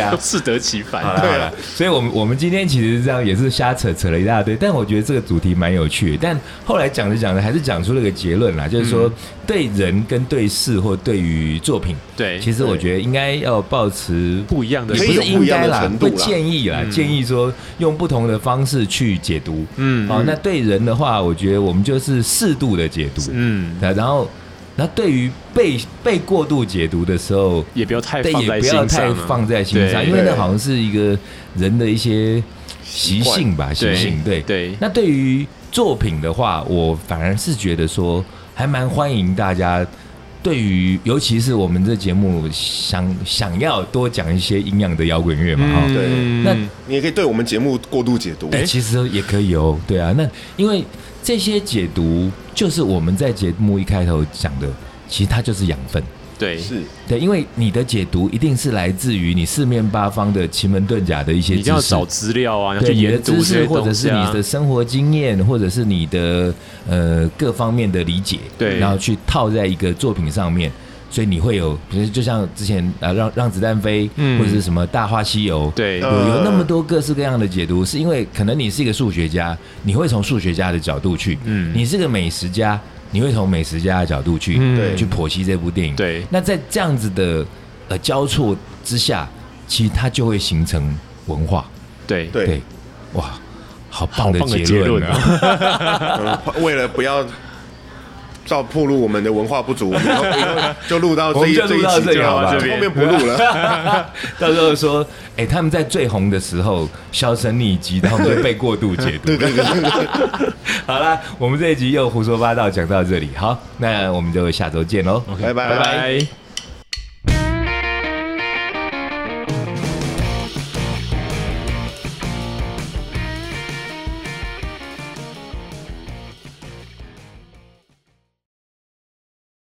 Speaker 3: 啊，
Speaker 2: 适得其反。
Speaker 3: 好了
Speaker 1: 对
Speaker 3: 好
Speaker 1: 啊
Speaker 3: 了，所以我们我们今天其实这样也是瞎扯扯了一大堆，但我觉得这个主题蛮有趣的。但后来讲着讲着，还是讲出了个结论啦，就
Speaker 1: 嗯
Speaker 3: 是说、对人跟对事或对于作品，
Speaker 2: 对
Speaker 3: 其实我觉得应该要保持
Speaker 2: 不一样的
Speaker 3: 也
Speaker 1: 可
Speaker 3: 不
Speaker 1: 以
Speaker 3: 是
Speaker 1: 有
Speaker 3: 应
Speaker 1: 不一样
Speaker 3: 该
Speaker 1: 的
Speaker 3: 啦
Speaker 1: 程，度
Speaker 3: 会
Speaker 1: 啦
Speaker 3: 建议啦，建议说用不同的方式去解读。哦
Speaker 2: 嗯
Speaker 3: 好、那对人的话，我觉得我们就是适度的解读。
Speaker 2: 嗯，
Speaker 3: 对然后，那对于被被过度解读的时候，
Speaker 2: 也不要太
Speaker 3: 但
Speaker 2: 放
Speaker 3: 也
Speaker 2: 在
Speaker 3: 不
Speaker 2: 心
Speaker 3: 要
Speaker 2: 上
Speaker 3: 太
Speaker 2: 啊，
Speaker 3: 放在心上，
Speaker 2: 对
Speaker 3: 因为那
Speaker 1: 对
Speaker 3: 好像是一个人的一些习性吧，习
Speaker 2: 对
Speaker 3: 性。对
Speaker 2: 对
Speaker 3: 那对于作品的话，我反而是觉得说，还蛮欢迎大家。对于，尤其是我们这节目想想要多讲一些营养的摇滚乐嘛，哈、
Speaker 2: 嗯
Speaker 1: 对
Speaker 3: 那
Speaker 1: 你也可以对我们节目过度解读。
Speaker 3: 哎、其实也可以哦，对啊，那因为这些解读就是我们在节目一开头讲的，其实它就是养分，
Speaker 2: 对，
Speaker 1: 是
Speaker 3: 对，因为你的解读一定是来自于你四面八方的奇门遁甲的一些
Speaker 2: 你一
Speaker 3: 知
Speaker 2: 定要
Speaker 3: 识
Speaker 2: 找。资料啊，你要
Speaker 3: 对
Speaker 2: 去
Speaker 3: 你的
Speaker 2: 研读
Speaker 3: 知
Speaker 2: 这
Speaker 3: 识，
Speaker 2: 些
Speaker 3: 或者
Speaker 2: 东西
Speaker 3: 是你
Speaker 2: 啊
Speaker 3: 的。生活经验，或者是你的呃各方面的理解，
Speaker 2: 对
Speaker 3: 然后去套在一个作品上面，所以你会有，比如就像之前呃让让子弹飞，
Speaker 2: 嗯
Speaker 3: 或者是什么大话西游，
Speaker 2: 对
Speaker 3: 有
Speaker 1: 呃
Speaker 3: 有那么多各式各样的解读，是因为可能你是一个数学家，你会从数学家的角度去，
Speaker 2: 嗯
Speaker 3: 你是个美食家，你会从美食家的角度去、
Speaker 2: 嗯对
Speaker 3: 去剖析这部电影，
Speaker 2: 对
Speaker 3: 那在这样子的呃交错之下，其实它就会形成文化。
Speaker 2: 对
Speaker 1: 对
Speaker 3: 对，哇，好棒的
Speaker 2: 好棒的
Speaker 3: 结
Speaker 2: 结
Speaker 3: 论
Speaker 2: 论
Speaker 3: 啊！
Speaker 1: 呃为了不要照暴露我们的文化不足，我们以后以后就录到这一
Speaker 3: 我们就
Speaker 1: 这
Speaker 3: 录
Speaker 1: 一
Speaker 3: 到
Speaker 1: 期
Speaker 3: 这里
Speaker 1: 就
Speaker 3: 好吧
Speaker 1: 就 后面不录了。
Speaker 3: 到时候说，哎、他们在最红的时候销声匿迹，然后就被过度解读。 好啦，我们这一集又胡说八道讲到这里，好，那我们就下周见喽。
Speaker 1: 拜拜
Speaker 2: 拜。